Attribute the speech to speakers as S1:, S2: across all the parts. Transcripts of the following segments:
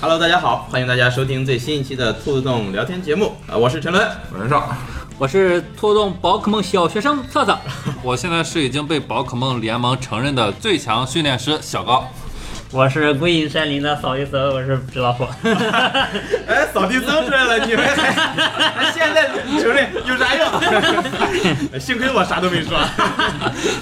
S1: Hello，大家好，欢迎大家收听最新一期的兔子洞聊天节目啊、我是陈伦。
S2: 我是少，
S3: 我是拖动宝可梦小学生策策，
S4: 我现在是已经被宝可梦联盟承认的最强训练师小高。
S5: 我是归隐山林的扫一泽，我是纸 老虎。
S1: 哎，扫地僧出来了，你们 还现在承认有啥 用？幸亏我啥都没说。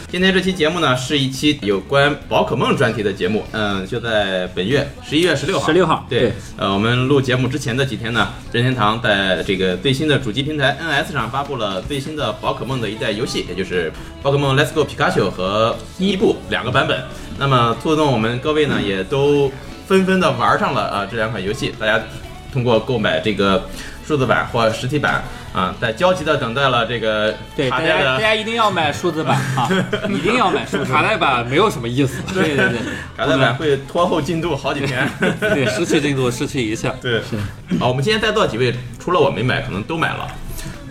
S1: 今天这期节目呢，是一期有关宝可梦专题的节目，嗯，就在本月十一月十六号。
S3: 十六号，
S1: 对，呃，我们录节目之前的几天呢，任天堂在这个最新的主机平台 NS 上发布了最新的宝可梦的一代游戏，也就是宝可梦 Let's Go 皮卡丘和伊布两个版本。那么兔子洞我们各位呢也都纷纷的玩上了啊、呃这两款游戏，大家通过购买这个数字版或实体版啊，在焦急的等待了这个
S3: 对，
S1: 卡
S3: 大
S1: 带
S3: 家大
S1: 的
S3: 家一定要买数字版啊，一定要买数字
S4: 卡
S3: 版，
S4: 带版没有什么意思，
S3: 对对对
S1: 卡带版会拖后进度好几天。
S4: 对，失去进度，失去一切。
S1: 对，好，我们今天在座几位，除了我没买，可能都买了。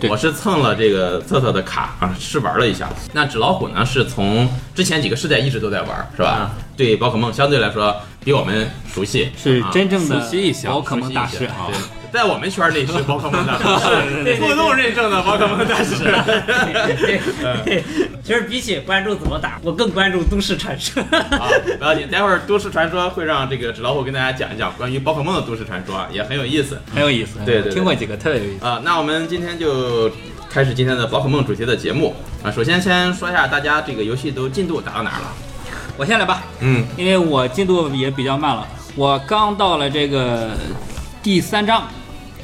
S3: 对
S1: 我是蹭了这个策策的卡啊，试玩了一下。那纸老虎呢，是从之前几个世代一直都在玩，是吧？
S3: 啊
S1: 对宝可梦相对来说比我们熟悉，
S3: 是真正的
S4: 啊熟悉一些
S3: 宝可梦大
S1: 熟悉
S3: 师
S1: 一些
S3: 啊，
S1: 对，在我们圈内是宝可梦大师，互动认证的宝可梦大师。
S5: 其实比起关注怎么打，我更关注都市传说。
S1: 好，啊不要紧，待会儿都市传说会让这个纸老虎跟大家讲一讲关于宝可梦的都市传说，啊，也很有意思。
S3: 很有意思，
S1: 对对对
S3: 听过几个特别有意思，
S1: 啊、那我们今天就开始今天的宝可梦主题的节目啊、首先先说一下大家这个游戏都进度打到哪儿了？
S3: 我先来吧，
S1: 嗯，
S3: 因为我进度也比较慢了，我刚到了这个第三章，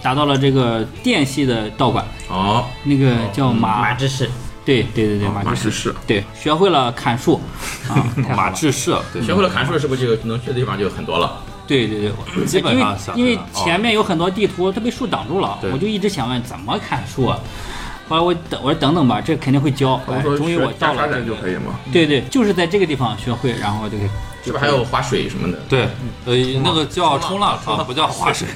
S3: 打到了这个电系的道馆，
S1: 哦，
S3: 那个叫
S5: 哦马
S3: 马，
S5: 之士，
S3: 对对对对，马之
S2: 是
S3: 士，
S2: 是，
S3: 对，学会了砍 树啊，太好
S4: 马
S3: 了
S4: 志士，对
S1: 学会了砍树是不是就能去的地方就很多了？
S3: 对对对，我
S4: 基本上想
S3: 因为因
S4: 着
S3: 为
S4: 哦
S3: 前面有很多地图它被树挡住了，
S4: 对
S3: 我就一直想问怎么砍树啊。后来我等我说等等吧，这肯定会教。哎
S2: 我说
S3: 终于我到了
S2: 这
S3: 这
S2: 就
S3: 个，
S2: 可以吗？
S3: 对对，就是在这个地方学会，然后就可以
S1: 是不是还有划水什 么的？
S4: 对，呃，那个叫冲浪啊，不叫划水。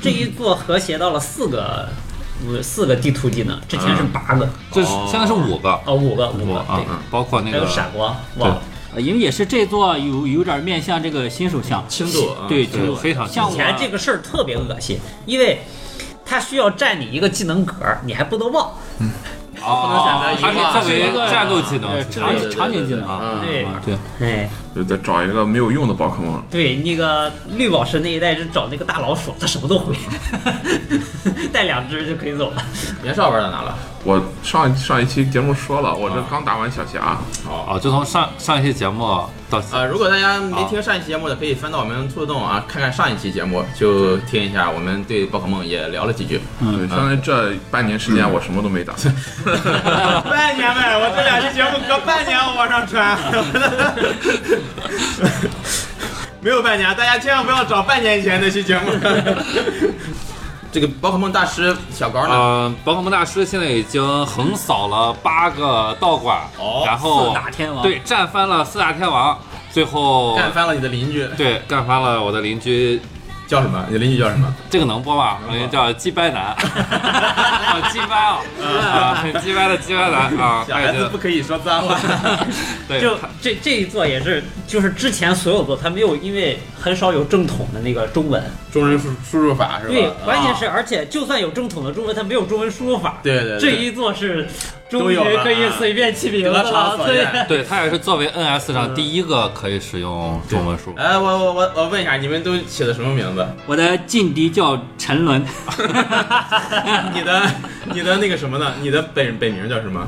S5: 这一座和谐到了四个，五四个地图技能，之前
S3: 啊
S5: 是八个，
S4: 这是现在是五个，
S5: 哦，五个，五
S4: 五
S5: 个，
S4: 啊
S5: 对，，
S4: 包括那
S5: 还有
S4: 个
S5: 闪光，哇，
S3: 呃因为也是这座有有点面向这个新手向，
S1: 轻度啊，
S3: 对，
S4: 对
S3: 就是
S4: 非常
S3: 像
S5: 以
S3: 我
S5: 前这个事儿特别恶心，因为它需要占你一个技能格儿，你还不能忘。
S4: 啊，它是作为战斗技
S3: 呃
S4: 能，
S3: 场景场景技能啊，
S1: 啊，
S5: 对
S3: 啊对，
S5: 哎，
S2: 就得找一个没有用的宝可梦。
S5: 对，那个绿宝石那一代是找那个大老鼠，它什么都会， 带两只就可以走了。
S1: 袁绍玩到哪了？
S2: 我上上一期节目说了，我这刚打完小霞，
S1: 好。
S4: 啊，就从上上一期节目到
S1: 啊、如果大家没听上一期节目的，可以翻到我们兔子洞啊，看看上一期节目，就听一下我们对宝可梦也聊了几 句。
S2: 对，相当于这半年时间我什么都没打。
S1: 半年呗，我这两期节目隔半年我往上传，没有半年，大家千万不要找半年以前那期节目。 这个宝可梦大师小高呢？
S4: 呃，宝可梦大师现在已经横扫了八个道馆，
S1: 哦
S4: 然后
S3: 四大天王
S4: 对战翻了四大天王，最后
S1: 干翻了你的邻居，
S4: 对干翻了我的邻居，
S1: 叫什么？你的邻居叫什么？
S4: 这个能播吗？我们叫鸡掰男，好鸡掰哦，啊，很鸡掰的鸡掰男啊，
S1: 小
S4: 他已
S1: 孩子
S4: 经
S1: 不可以说脏话。
S4: 对
S5: 就
S4: 他
S5: 这这一座也是，就是之前所有座它没有，因为很少有正统的那个中文。
S1: 中人输输入法是吧？
S5: 对，关键
S1: 啊
S5: 是而且就算有正统的中文，它没有中文输入法。
S1: 对对对
S5: 这一座是终于
S1: 都有了啊
S5: 可以随便起名字
S1: 得偿
S5: 了，
S1: 所
S5: 对
S1: 愿。
S4: 对他也是作为 NS 上第一个可以使用中文书，
S1: 哎，我我我我问一下，你们都起的什么名字？
S3: 我的劲敌叫沉 沦，
S1: 你的你的那个什么呢？你的本本名叫什么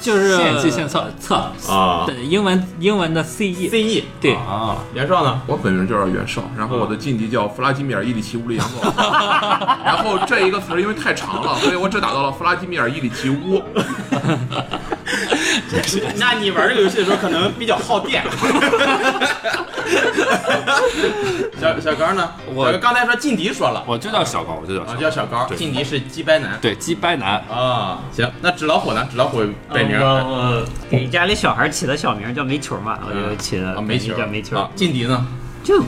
S3: 就是
S4: 献计献策
S3: 策，
S1: 啊
S3: 对英文英文的 C E
S1: ？C E
S3: 对，
S4: 啊，
S1: 袁绍呢？
S2: 我本名叫袁绍，然后我的劲敌叫弗拉基米尔·伊里奇·乌列扬诺夫。然后这一个词儿因为太长了，所以我只打到了弗拉基米尔·伊里奇乌。
S1: 那你玩这个游戏的时候可能比较耗电。 小小高呢？
S4: 我
S1: 小高刚才说劲敌说了
S4: 我就叫小高，我就叫小
S1: 啊，
S4: 高，
S1: 叫小高，
S4: 对
S1: 劲敌是鸡掰男
S4: 对鸡掰男，
S1: 啊。行，那纸老虎呢？纸老虎本
S3: 嗯
S1: 名
S5: 呃我我给家里小孩起的小名叫煤球嘛，我就起的
S1: 啊啊，煤球
S5: 叫煤球
S1: 啊。劲敌呢？
S5: 就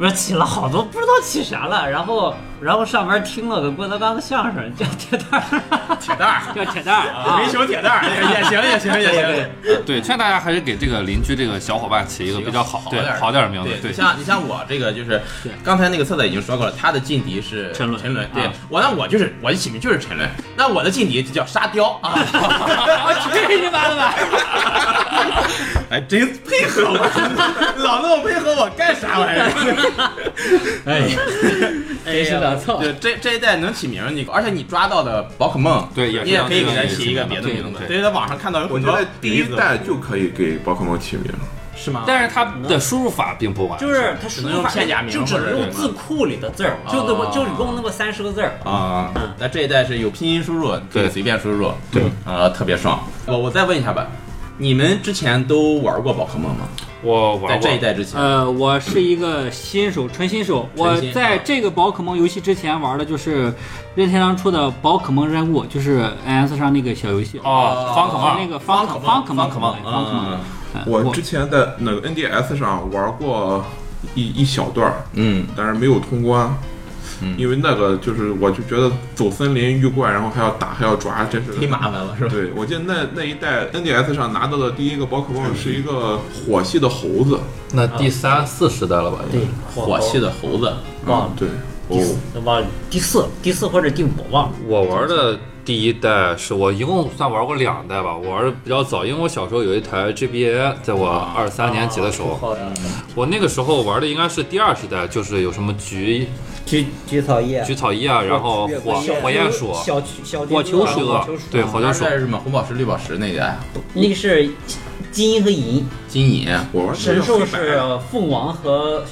S5: 我说起了好多，不知道起啥了。然后，然后上班听了个郭德纲的相声，叫铁蛋儿。
S1: 铁蛋儿，
S6: 叫铁蛋儿啊，
S1: 民雄铁蛋儿也行也行也行。
S4: 呃
S7: 对，劝大家还是给这个邻居这个小伙伴起一个比较好对好点儿的名字，对
S1: 对，你，像你像我这个就是，刚才那个策策已经说过了，他的劲敌是
S6: 沉沦
S1: 沉沦。对
S6: 啊
S1: 我，那我就是我的起名就是沉沦，那我的劲敌就叫沙雕 啊。
S6: 我去你妈的吧！
S1: 哎，真配合我，老那么配合我干啥玩意儿？
S6: 哎，
S5: 真是的，操！
S1: 对，这这一代能起名儿，你而且你抓到的宝可梦，
S7: 对也
S1: 你
S7: 是
S1: 也
S7: 让
S1: 可以给
S7: 这
S1: 它
S7: 个
S1: 起一个
S7: 名字
S1: 别
S7: 对
S1: 的名字。
S7: 对
S1: 对，在网上看到有
S2: 我
S1: 很
S2: 觉
S1: 多
S2: 得第一
S1: 名字
S2: 代就可以给宝可梦起名了。
S1: 是吗？
S7: 但是它的输入法并不完，
S5: 就是他输
S1: 只能用
S5: 入法
S1: 片假名
S5: 就只
S1: 或者
S5: 能
S1: 什
S5: 用
S1: 么
S5: 字库里的字儿，就那么就用那么三十个字儿。
S1: 啊、那这一代是有拼音输入，可以
S7: 对
S1: 随便输入，对，呃，特别爽。我我再问一下吧，你们之前都玩过宝可梦吗？
S7: 我
S1: 在
S7: 玩过
S1: 这一代之前，
S6: 呃，我是一个新手，纯新手。我
S1: 新
S6: 在
S1: 啊
S6: 这个宝可梦游戏之前玩的就是任天堂出的宝可梦任务，就是 NS 上那个小游戏。
S7: 哦，方可
S6: 那
S7: 梦，
S6: 个方可方可
S1: 方
S6: 梦
S1: 可梦，
S6: 方可梦
S1: 嗯。
S6: 哎
S2: 我之前在那个 NDS 上玩过一一小段儿，
S1: 嗯，
S2: 但是没有通关。因为那个就是，我就觉得走森林遇怪，然后还要打，还要抓，真是
S1: 忒麻烦了，是吧？
S2: 对，我记得那那一代 NDS 上拿到的第一个宝可梦是一个火系的猴子，
S4: 那第三四时代了吧？应该，
S1: 火系的猴子，嗯
S5: 忘了
S2: 对，
S5: 第
S2: 哦
S5: 四，忘了第四第四或者第五忘了。
S4: 我玩的第一代是我一共算玩过两代吧，我玩的比较早，因为我小时候有一台 GBA，在我二三年级的时候，
S5: 好的，
S4: 我那个时候玩的应该是第二时代，就是有什么菊
S8: 菊菊草叶、
S4: 菊草叶啊，然后火火鼹鼠、
S8: 小小
S6: 火球鼠
S4: 蛇，对火球
S1: 当
S4: 鼠
S1: 时，是什么红宝石、绿宝石那一代，
S5: 那个是金银和银，
S1: 金嗯银，
S2: 我玩的
S5: 神兽
S2: 黑白
S5: 是凤凰和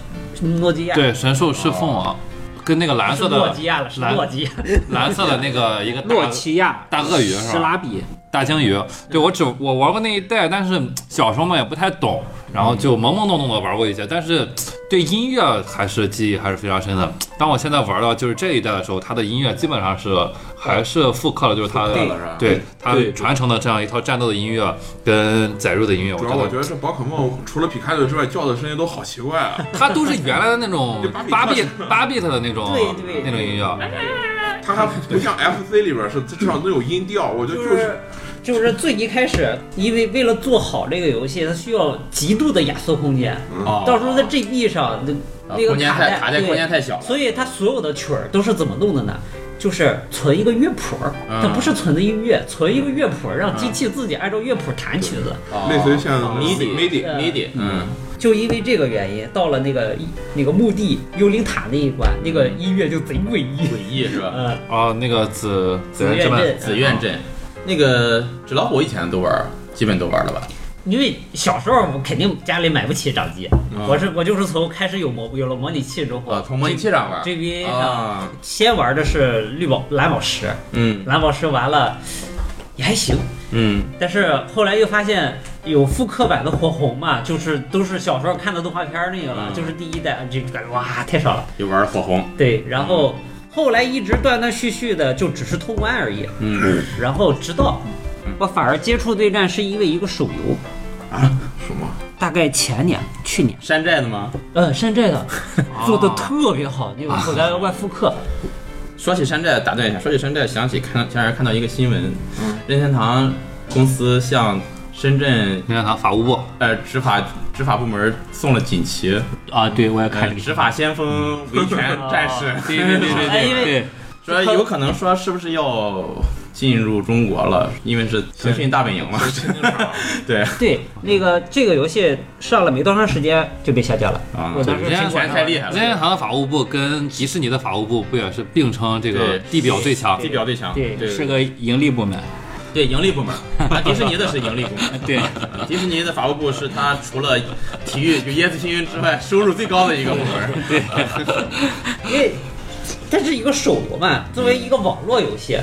S5: 诺基亚，
S4: 对神兽是凤凰，跟那个蓝
S5: 不是
S4: 色
S5: 诺
S4: 的
S5: 基亚了，是
S4: 蓝
S5: 诺基亚。
S4: 蓝色的那个一个大
S6: 诺奇亚、
S4: 大鳄鱼是吧
S6: 史拉比，
S4: 大鲸鱼，对我只我玩过那一代，但是小时候嘛也不太懂，然后就懵懵懂懂的玩过一些，但是对音乐还是记忆还是非常深的。当我现在玩到就是这一代的时候，它的音乐基本上是还是复刻了，就是它
S1: 复刻了是吧
S4: 对它
S6: 对
S4: 传承的这样一套战斗的音乐跟载入的音乐，我
S2: 主要我
S4: 觉
S2: 觉
S4: 得
S2: 得这宝可梦除了皮卡丘之外，叫的声音都好奇 怪啊！
S4: 它都是原来的那种
S2: 就巴比特
S4: 八 bit 八 bit 的那种
S5: 对对对
S4: 那种音乐，
S2: 它还不像 FC 里边是至少都有音调，我觉得
S5: 就
S2: 就是
S5: 是就是最一开始，因为为了做好这个游戏，它需要极度的压缩空间，
S1: 哦
S5: 到时候在 GB 上那
S1: 啊
S5: 那个
S1: 空间太
S5: 卡
S1: 卡带空间
S5: 对，
S1: 太小了，
S5: 所以它所有的曲儿都是怎么弄的呢？就是存一个乐谱儿，
S1: 嗯
S5: 它不是存的音乐，存一个乐谱儿，让机器自己按照乐谱弹曲子。
S1: 哦
S2: 类似于像
S1: 哦
S2: MIDI
S1: MIDI
S5: 呃
S1: MIDI，嗯，
S5: 就因为这个原因，到了那个那个墓地幽灵塔那一关，那个
S1: 嗯
S5: 音乐就贼诡异。
S1: 诡异是吧？
S5: 嗯，
S4: 啊，那个紫紫
S5: 紫
S4: 苑之
S5: 苑
S4: 门
S5: 镇，
S1: 紫苑镇，那个纸老虎以前都玩儿，基本都玩了吧？
S5: 因为小时候我肯定家里买不起掌机，
S1: 嗯
S5: 我是我就是从开始有模有了模拟器之后，
S1: 啊，从模拟器上玩儿
S5: GBA 上
S1: 啊，
S5: 先玩的是绿宝蓝宝石，
S1: 嗯
S5: 蓝宝石完了也还行，
S1: 嗯，
S5: 但是后来又发现有复刻版的火红嘛，就是都是小时候看的动画片儿那个了，
S1: 嗯
S5: 就是第一代，啊这感觉哇太少了。
S1: 又玩儿火红，
S5: 对，然后后来一直断断续续的，就只是通关而已。
S1: 嗯，
S5: 然后直到我反而接触对战是因为一个手游，
S2: 什么
S5: 大概前年去年，
S1: 山寨的吗？
S5: 呃，山寨 的做的特别好，那个后来外复刻，
S1: 说起山寨，打断一下，说起山寨，想起看前两天看到一个新闻，任天堂公司向深圳
S4: 任天堂法务部。
S1: 呃执法执法部门送了锦旗，
S6: 啊，对我也看
S1: 呃
S6: 了这
S1: 执
S6: 个。
S1: 法先锋维权战 士，
S4: 对对对对
S5: 哎因
S4: 对
S5: 为
S4: 对，
S1: 说有可能说是不是要进入中国了，因为是腾讯大本营嘛， 对
S5: 对，那个这个游戏上了没多长时间就被下架了。
S1: 啊，
S5: 我当时
S1: 人家权太厉害
S4: 任天
S1: 了，
S4: 堂的法务部跟迪士尼的法务部不也是并称这个
S1: 对
S4: 地表最强
S1: 地？表最强，
S5: 对
S1: 对
S6: 是个盈利部门，
S1: 对盈利部 门，啊迪士尼的是盈利部 门。啊
S6: 对，
S1: 迪士尼的法务部是他除了体育就椰子星云之外收入最高的一个部门。对，
S5: 因为它是一个手游嘛，作为一个网络游戏，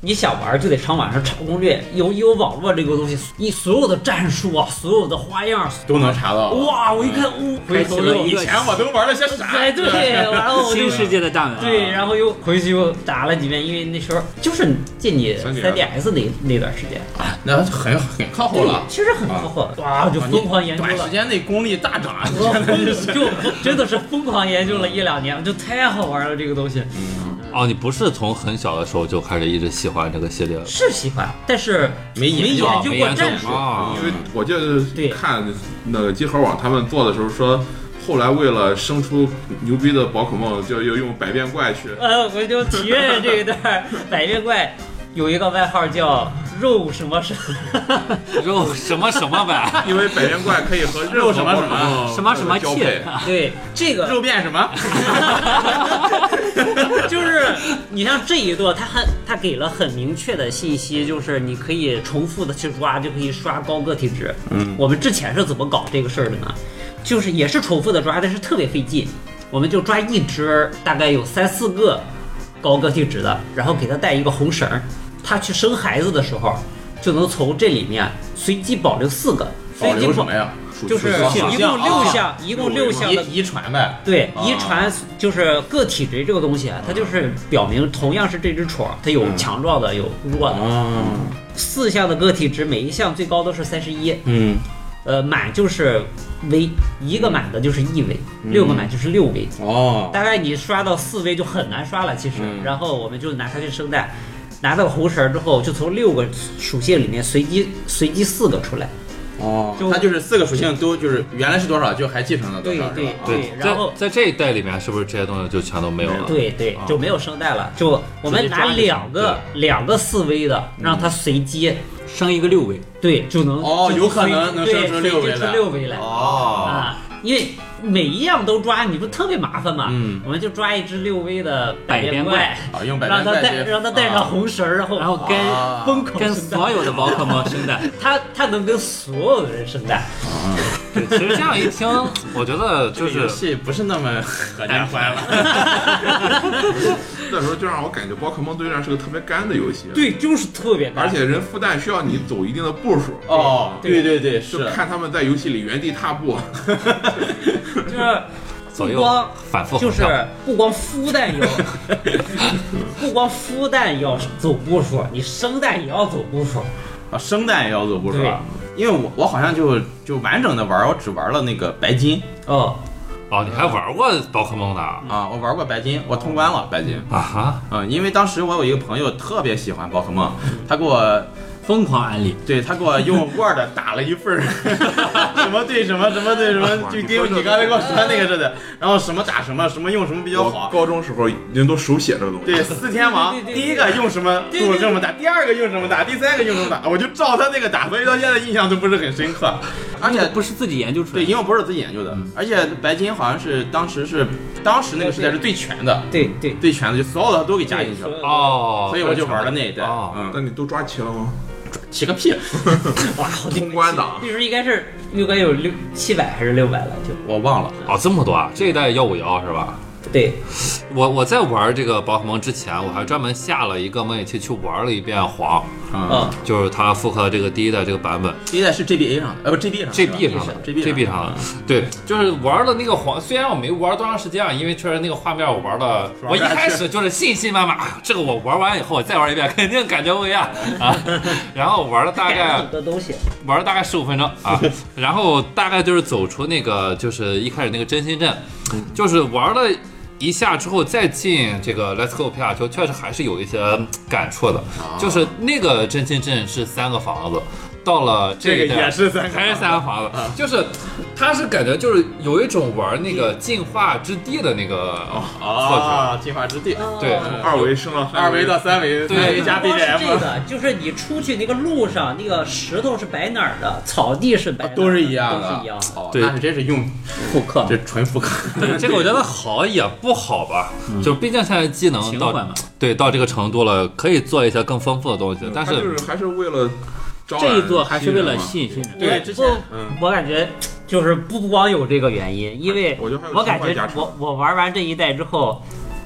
S5: 你想玩就得上网上查攻略，有有网络这个东西，你所有的战术啊，所有的花样，
S1: 都能查到。
S5: 哇！我一看，哦，
S6: 回头又一
S1: 以
S6: 个
S1: 前我都玩了些啥？
S5: 哎，对， 然后我就
S6: 新世界的大门。
S5: 对，，然后又回去又打了几遍，因为那时候就是进你 3DS 那那段时间，
S1: 那很很靠后了
S5: 对，，哎其实很靠后，啊哇，就疯狂研究
S1: 短
S5: 了
S1: 时。间内功力大涨。
S5: 我 疯就真的是疯狂研究了一两年，就太好玩了这个东西，
S4: 哦，你不是从很小的时候就开始一直喜欢这个系列了？
S5: 是喜欢，但是
S1: 没研究
S5: 研究
S4: 没
S5: 过
S4: 研究
S5: 战术，
S4: 啊
S2: 因为我就是
S5: 对
S2: 看那个集合网他们做的时候说，后来为了生出牛逼的宝可梦，就又用百变怪去。
S5: 呃，我就体验这一段儿百变怪有一个外号叫肉什么什么，
S4: 肉什么什么呗？
S2: 因为百变怪可以和任何
S1: 什么
S2: 宝
S1: 什
S2: 可
S1: 么
S2: 梦
S6: 什么什么
S2: 交
S6: 切 啊
S2: 配，
S5: 对这个
S1: 肉变什么？
S5: 就是你像这一段，它很它给了很明确的信息，就是你可以重复的去刷，就可以刷高个体值。嗯，我们之前是怎么搞这个事儿的呢？就是也是重复的抓，但是特别费劲，我们就抓一只，大概有三四个高个体值的，然后给它带一个红绳儿，它去生孩子的时候就能从这里面随机保留四个，随
S1: 保
S5: 机
S1: 留什
S5: 保
S1: 么呀？
S5: 就是
S1: 属
S5: 一
S1: 相
S5: 共六
S1: 啊
S5: 项，一共六项的
S1: 遗遗传呗。
S5: 对，
S1: 啊
S5: 遗传就是个体值这个东西，啊，它就是表明同样是这只宠儿，它有强壮的，有弱的。
S1: 嗯
S5: 四项的个体值，每一项最高都是三十一，
S1: 嗯，
S5: 呃，满就是 V，一个满的就是一 V，六个满就是六 V。
S1: 哦，
S5: 大概你刷到四 V 就很难刷了，其实。
S1: 嗯
S5: 然后我们就拿它去生蛋，拿到红绳儿之后，就从六个属性里面随机随机四个出来。
S1: 哦
S5: 就
S1: 它就是四个属性都就是原来是多少，就还继承了多
S5: 对
S1: 少，
S5: 对
S1: 是吧
S5: 对，然后
S4: 在在这一代里面，是不是这些东西就全都没有了？
S5: 对对，就没有声带了，就我们拿
S4: 直接抓一下
S5: 两个两个四 V 的，让它随机，
S6: 升一个六位，
S5: 对，就能
S1: 哦，
S5: 就
S1: 有可能
S5: 随
S1: 能生出
S5: 对
S1: 六
S5: 随
S1: 维
S5: 机
S1: 来，
S5: 出六 V 来
S1: 哦，
S5: 啊，因为每一样都抓，你不特别麻烦嘛
S1: 嗯，
S5: 我们就抓一只六 V 的
S6: 百
S5: 变
S6: 变
S5: 怪
S6: 怪，
S1: 啊，用百
S5: 让
S1: 变
S5: 它
S1: 怪啊
S5: 带
S1: 去
S5: 让它带上红绳儿，然后
S6: 然后跟
S1: 啊
S5: 疯狂
S6: 跟
S5: 生蛋
S6: 所有的宝可梦生蛋，
S5: 它它能跟所有的人生蛋，
S4: 对，其实这样一听，我觉得
S1: 这
S4: 就
S1: 个游
S4: 是
S1: 戏不是那么合家欢了。
S2: 那时候就让我感觉宝可梦对战是个特别干的游戏，
S5: 对，就是特别难
S2: 而且人孵蛋需要你走一定的步数，
S1: 哦， 对对对，。
S2: 就是看他们在游戏里原地踏步，
S5: 就是
S4: 左
S5: 不
S4: 右
S5: 光
S4: 反复
S5: 就
S4: 横
S5: 是
S4: 跳
S5: 不光孵蛋 有，不光孵蛋要走步数，你生蛋也要走步数。
S1: 啊，生蛋也要走步是吧？啊因为我我好像就就完整的玩，我只玩了那个白金
S5: 哦，
S4: 哦，你还玩过宝可梦呢？啊
S1: 啊，我玩过白金，我通关了白金。
S4: 哈，
S1: 嗯，因为当时我有一个朋友特别喜欢宝可梦，他给我
S6: 疯狂安利。
S1: 对他给我用 Word 打了一份儿，什么对什么什么对什么，就跟你刚才跟我说那个似的，然后什么打什么，什么用什么比较
S2: 我
S1: 好。
S2: 高中时候已经都手写这个东西。
S1: 对，四天王
S5: 对对对
S1: 第一个用什么
S5: 对对
S1: 用什么打，第二个用什么打，第三个用什么打，我就照他那个打，所以到现在印象都不是很深刻。而且
S5: 嗯
S6: 不是自己研究出来
S1: 对，
S6: 的，
S1: 因为我不是我自己研究的，而且白金好像是当时是当时那个时代是最全的，
S5: 对对，
S1: 最全的，就所有的都给加进去了，
S4: 哦，
S1: 所以我就玩了那一代。
S4: 哦
S1: 嗯，
S2: 但你都抓齐了吗？
S1: 起个屁，
S5: 哇，好
S2: 通关档
S5: 那时候应该是应该有六七百还是六百了，就
S1: 我忘了。
S4: 哦，这么多啊！这一代幺五幺是吧？
S5: 对，
S4: 我我在玩这个宝可梦之前，我还专门下了一个模拟器去玩了一遍黄，
S1: 嗯，
S5: 嗯，
S4: 就是它复刻这个第一代这个版本
S1: 第一代是 GB A 上的，呃，不 GB 上的
S4: GB 上的
S1: 的
S4: GB 上的，嗯对，就是玩了那个黄。虽然我没玩多长时间啊，因为确实那个画面我玩了，我一开始就是信心满满，哎呀这个我玩完以后我再玩一遍肯定感觉不一样啊。 然后玩了大
S5: 改了
S4: 概
S5: 很多东西，
S4: 玩了大概十五分钟 啊，然后大概就是走出那个就是一开始那个真心镇，就是玩了一下之后再进这个 Let's Go 皮卡丘，确实还是有一些嗯感触的。就是那个真心镇是三个房子，到了这一代
S1: 是三
S4: 还是三个房子，啊就是它是感觉就是有一种玩那个进化之地的那个错
S1: 啊，进化之地，
S4: 觉，对。
S2: 二维升到三
S1: 二维到三维，
S4: 对
S1: 三维加
S5: 不光是这
S1: BGM
S5: 个，哦就是你出去那个路上，那个石头是摆哪儿的，草地是摆哪儿的
S1: 啊都是一样的，
S5: 都是一样的。
S1: 哦
S4: 对
S1: 那是真是用
S5: 复刻
S1: 这纯复刻。
S4: 对 这个我觉得好也不好吧，就毕竟现在技能
S6: 嗯情
S4: 到
S6: 怀嘛。嗯
S4: 对到这个程度了，可以做一些更丰富的东西，但
S2: 它
S4: 是
S2: 就是还是为了招
S6: 这
S2: 揽
S6: 一座还是为了
S2: 新
S6: 吸引新人。
S1: 对，
S5: 对
S1: 之
S5: 之
S1: 前
S5: 前
S1: 嗯，哎
S5: 我感觉就是不光有这个原因，因为
S2: 我觉得还有
S5: 我感
S2: 情
S5: 觉
S2: 怀加成
S5: 我我玩完这一代之后，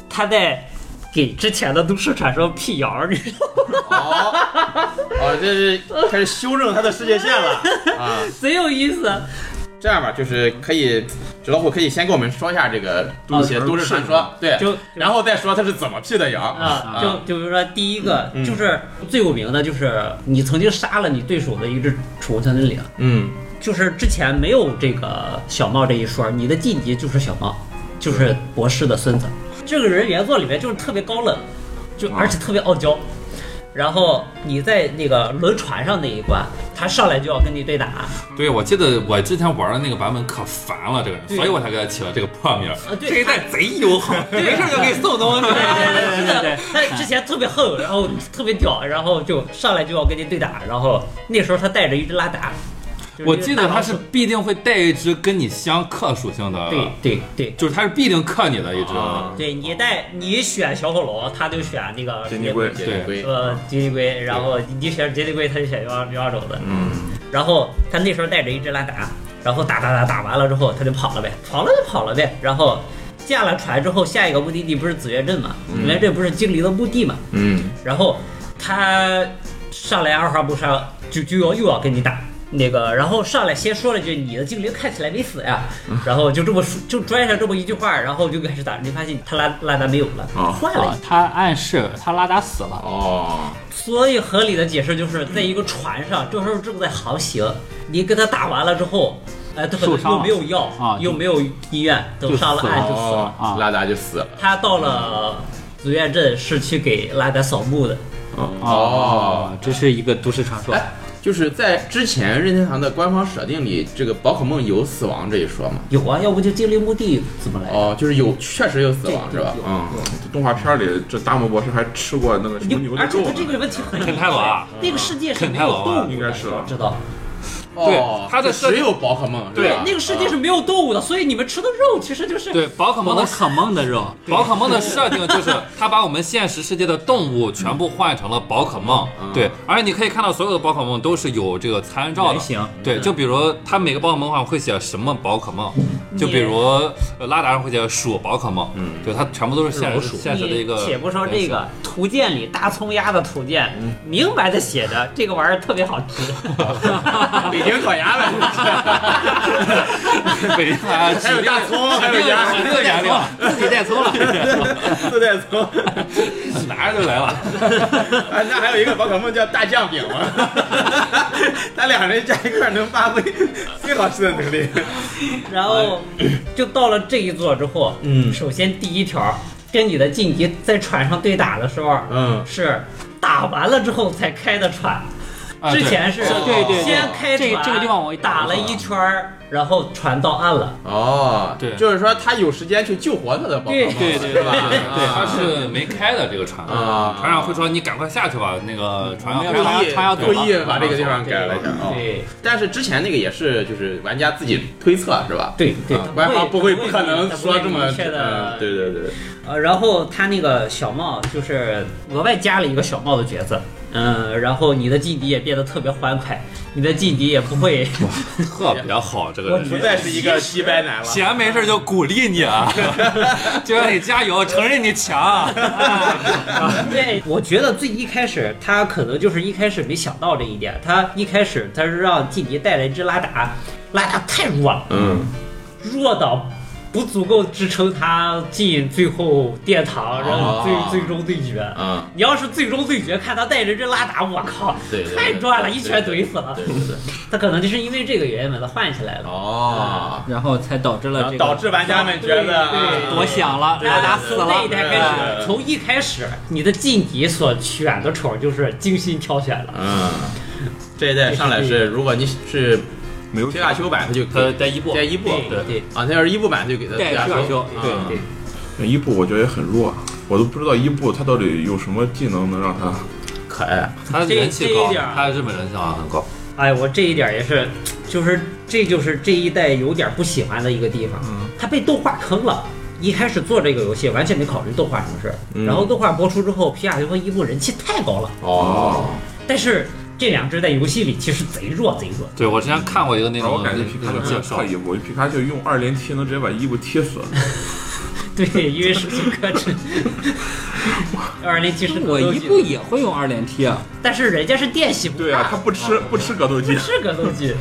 S5: 他在给之前的都市传说辟谣，你知道吗
S1: 哦，哦，这是开始修正他的世界线了啊！
S5: 贼有意思。
S1: 这样吧，就是可以，纸老虎可以先给我们说一下这个
S4: 哦
S1: 都市都市传说，对，
S5: 就
S1: 然后再说他是怎么辟的谣
S5: 啊，就
S1: 啊
S5: 就比如说第一个
S1: 嗯
S5: 就是最有名的，就是你曾经杀了你对手的一只宠物小精灵，
S1: 嗯，
S5: 就是之前没有这个小茂这一说，你的弟弟就是小茂，就是博士的孙子。这个人原作里面就是特别高冷，就
S2: 哇
S5: 而且特别傲娇。然后你在那个轮船上那一关，他上来就要跟你对打，
S4: 对，我记得我之前玩的那个版本可烦了这个人，所以我才给他起了这个破名儿。
S5: 啊，对，
S4: 这一代贼友 好，没事儿就给你送东西。
S5: 对对对，他之前特别横，然后特别屌，然后就上来就要跟你对打，然后那时候他带着一只拉达，就是
S4: 我
S5: 一只
S4: 记得
S5: 大
S4: 他
S5: 老
S4: 是
S5: 鼠
S4: 必定会带一只跟你相克属性的，
S5: 对对对
S4: 就是他是必定克你的一只。
S1: 啊
S5: 对，你带你选小火龙，他就选那个
S2: 金鸡龟
S1: 解决规，
S5: 呃，杰尼龟，然后你选杰尼龟，他就选幺二幺二种的，
S1: 嗯，
S5: 然后他那时候带着一只拉达，然后打打打打完了之后，他就跑了呗，跑了就跑了呗，然后下了船之后，下一个目的地不是紫月镇嘛？紫月镇不是精灵的墓地嘛？
S1: 嗯，
S5: 然后他上来二话不说就就要又要跟你打。那个，然后上来先说了句：“你的精灵看起来没死呀。”
S1: 嗯
S5: 然后就这么说就拽上这么一句话，然后就开始打。你发现他拉拉达没有了，
S2: 啊
S5: 换了
S6: 啊，他暗示他拉达死了，
S1: 哦，
S5: 所以合理的解释就是在一个船上，这时候正在航行，你跟他打完了之后，哎，他可
S6: 受
S5: 能
S6: 伤
S5: 又
S6: 了
S5: 没有药
S6: 啊
S5: 又没有医院，等上了
S6: 就死了
S5: 岸就死
S4: 啊
S5: 了。
S1: 哦，拉达就死了，
S5: 他到了紫苑镇是去给拉达扫墓的，
S1: 哦，
S6: 这是一个都市传说。
S1: 哎，就是在之前任天堂的官方设定里，这个宝可梦有死亡这一说吗？
S5: 有啊，要不就精灵墓地怎么来的？
S1: 哦，就是有，确实有死亡是吧？嗯，
S2: 动画片里这达摩博士还吃过那个什么牛
S5: 你
S2: 的
S5: 而且
S2: 肉
S5: 他这
S2: 呢，
S5: 个问题很
S4: 肯泰罗啊，
S5: 那个世界是没
S4: 肯泰
S5: 有
S4: 罗啊
S5: 动物的，
S2: 应该是吧
S5: 知道？
S1: 哦，
S4: 它的设
S1: 只有宝可梦，是
S4: 对
S1: 吧
S5: 那个世界是没有动物的，所以你们吃的肉其实就是
S4: 对，宝可梦
S6: 宝
S4: 的
S6: 可梦的肉，
S4: 宝可梦的设定就是它把我们现实世界的动物全部换成了宝可梦，对，而且你可以看到所有的宝可梦都是有这个参照的
S6: 原型，
S4: 对，就比如它每个宝可梦上会写什么宝可梦，就比如呃拉达上会写鼠宝可梦，嗯，对，它全部都是现实现实的一个原
S5: 你
S4: 型。
S5: 且不说这个图鉴里大葱鸭的图鉴，明白的写着这个玩意儿特别好吃，
S1: 北京烤鸭了，
S4: 北京啊，
S1: 还有大 葱，还有
S4: 指定
S1: 鸭，
S4: 指定牙料，
S6: 自己带葱了。
S1: 自带葱。
S4: 拿着就来了。
S1: 啊，那还有一个宝可梦叫大酱饼吗？ 他两人加一块儿能发挥 最好吃的能力。
S5: 然后 就到了这一座之后，
S1: 哎嗯
S5: 首先第一条，跟你的晋级在船上对打的时候，
S1: 嗯
S5: 是打完了之后才开的船，
S4: 啊
S5: 之前是
S1: 对对对
S5: 先开
S6: 这
S5: 船，
S6: 这个地方我也
S5: 打
S6: 打
S5: 了一圈儿，然后船到岸了，
S1: 哦，
S4: 对
S1: 就是说他有时间去救活他的宝可
S5: 对
S1: 梦，
S5: 对
S1: 是
S4: 对
S1: 吧？
S4: 对，它
S1: 啊
S4: 是没开的这个船，
S1: 啊
S4: 船长会说你赶快下去吧，那个船要
S6: 我
S4: 开
S6: 们要
S4: 了。
S1: 故意
S6: 他要走
S1: 故
S6: 了
S1: 意把这个地方改了一下啊。哦
S5: 对
S1: 但是之前那个也是，就是玩家自己推测是吧？
S5: 对对
S1: 啊，官方不会不可能
S5: 它
S1: 说这么
S5: 明确的
S1: 嗯，对对对，
S5: 呃，然后他那个小帽就是额外加了一个小帽的角色，嗯，然后你的劲敌也变得特别欢快，你的劲敌也不会，
S4: 特别好，这 个人
S1: 不再是一个西白男了。
S4: 闲没事就鼓励你啊， 就让你加油，承认你强。啊
S5: 对，我觉得最一开始他可能就是一开始没想到这一点，他一开始他是让劲敌带来一只拉达，拉达太弱了，
S1: 嗯，
S5: 弱到。不足够支撑他进最后殿堂，然后最、
S1: 哦
S5: 最终对决。
S1: 啊，
S5: 你要是最终对决，看他带着这拉达，我靠，
S1: 对对对
S5: 太赚了，
S1: 对
S5: 一
S1: 对
S5: 拳
S1: 对
S5: 怼死了
S1: 对。对对，
S5: 他可能就是因为这个原因把它换起来了。
S1: 哦，
S6: 然后才导致了这个
S1: 导致玩家们觉得啊
S5: 对
S6: 多想了，
S5: 对
S6: 拉达死
S5: 从那一
S6: 了。
S5: 天开
S1: 嗯
S5: 始，从一开始你的劲敌所选的宠就是精心挑选了。
S1: 嗯，这一代上来是，如果你是
S2: 没有
S1: 皮卡丘版，他就可
S4: 呃，在一步
S1: 在，一部
S5: 对对对
S1: 啊，他要是一部版就给他
S6: 对
S1: 皮
S6: 皮卡
S1: 丘
S6: 丘，
S1: 嗯
S5: 对，
S2: 那伊布我觉得也很弱啊，我都不知道伊布他到底有什么技能能让他
S1: 可爱，啊
S4: 他人气高
S5: 这一，点
S4: 他日本人气好像很高。
S5: 哎，我这一点也是，就是这就是这一代有点不喜欢的一个地方，
S6: 嗯
S5: 他被动画坑了。一开始做这个游戏完全没考虑动画什么事儿，
S6: 嗯
S5: 然后动画播出之后，皮卡丘和伊布人气太高了，
S1: 哦，
S5: 但是这两只在游戏里其实贼弱贼弱。
S4: 对我之前看过一个那
S2: 然后
S4: 种
S2: 啊我感觉皮卡
S4: 那种
S2: 丘
S4: 介
S2: 很
S4: 绍
S2: 靠，伊布，皮卡丘用二连踢能直接把伊布踢死。
S5: 对，因为是荆轲之二连踢是格
S6: 我
S5: 斗
S6: 一
S5: 技
S6: 步，也会用二连踢啊，
S5: 但是人家是电系不
S2: 对 啊，
S5: 怕
S2: 他不吃不吃格斗 技，
S5: 是格斗技。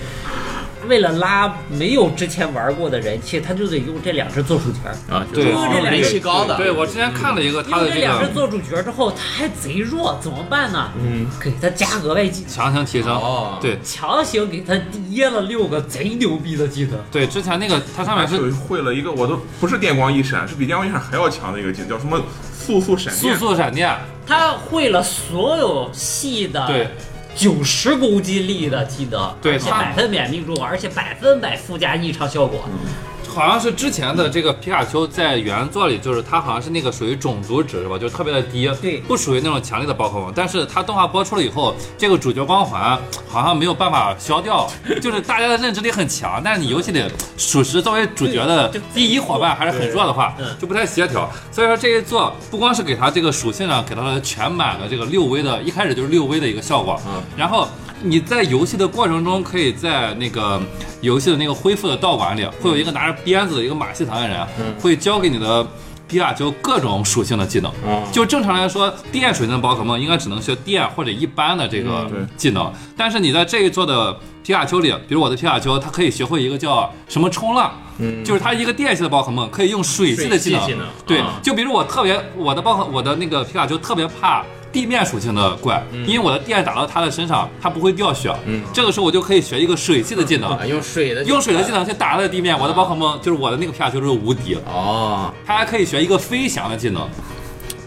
S5: 为了拉没有之前玩过的人气，他就得用这两只做主角。
S1: 啊，就是
S4: 对哦
S1: 用人气高的，
S4: 对我之前看了一个他
S5: 用
S4: 的
S5: 这
S4: 这
S5: 两只
S4: 个
S5: 做主角之后，他还贼弱，怎么办呢？
S1: 嗯，
S5: 给他加额外技，
S4: 强行提升，
S1: 哦
S4: 对
S5: 强行给他掖了六个贼牛逼的技能。
S4: 对，之前那个它上面是
S2: 就会了一个我都不是电光一闪，是比电光一闪还要强的一个技，叫什么速速闪
S4: 速
S2: 电。
S4: 速闪电，
S5: 他会了所有系的
S4: 对
S5: 九十公斤力的技能，
S4: 对
S5: 而且
S4: 他
S5: 百分百命中，而且百分百附加异常效果。
S4: 嗯好像是之前的这个皮卡丘在原作里，就是它好像是那个属于种族值是吧？就是特别的低，
S5: 对
S4: 不属于那种强烈的宝可梦。但是它动画播出了以后，这个主角光环好像没有办法消掉，就是大家的认知力很强，但是你游戏里属实作为主角的
S5: 对就
S4: 第一伙伴还是很弱的话
S5: 对嗯，
S4: 就不太协调。所以说这一做不光是给它这个属性上给它了全满的这个六维的，一开始就是六维的一个效果，
S1: 嗯
S4: 然后你在游戏的过程中，可以在那个游戏的那个恢复的道馆
S5: 嗯
S4: 里，会有一个拿着鞭子的一个马戏团的人，啊会教给你的皮卡丘各种属性的技能。
S1: 嗯
S4: 就正常来说，电属性的宝可梦应该只能学电或者一般的这个
S2: 嗯对
S4: 技能，但是你在这一座的皮卡丘里，比如我的皮卡丘，它可以学会一个叫什么冲浪，
S1: 嗯
S4: 就是它一个电系的宝可梦可以用水系的技
S1: 水
S4: 能
S1: 系技能，
S4: 对
S1: 啊，
S4: 就比如我特别我的宝可我的那个皮卡丘特别怕。地面属性的怪，因为我的电打到它的身上，它不会掉血。
S1: 嗯
S4: 这个时候我就可以学一个水系的技能，
S1: 啊用水的
S4: 用水的技能去打它的地面。我的宝可梦就是我的那个皮卡丘就是无敌，
S1: 哦，
S4: 它还可以学一个飞翔的技能，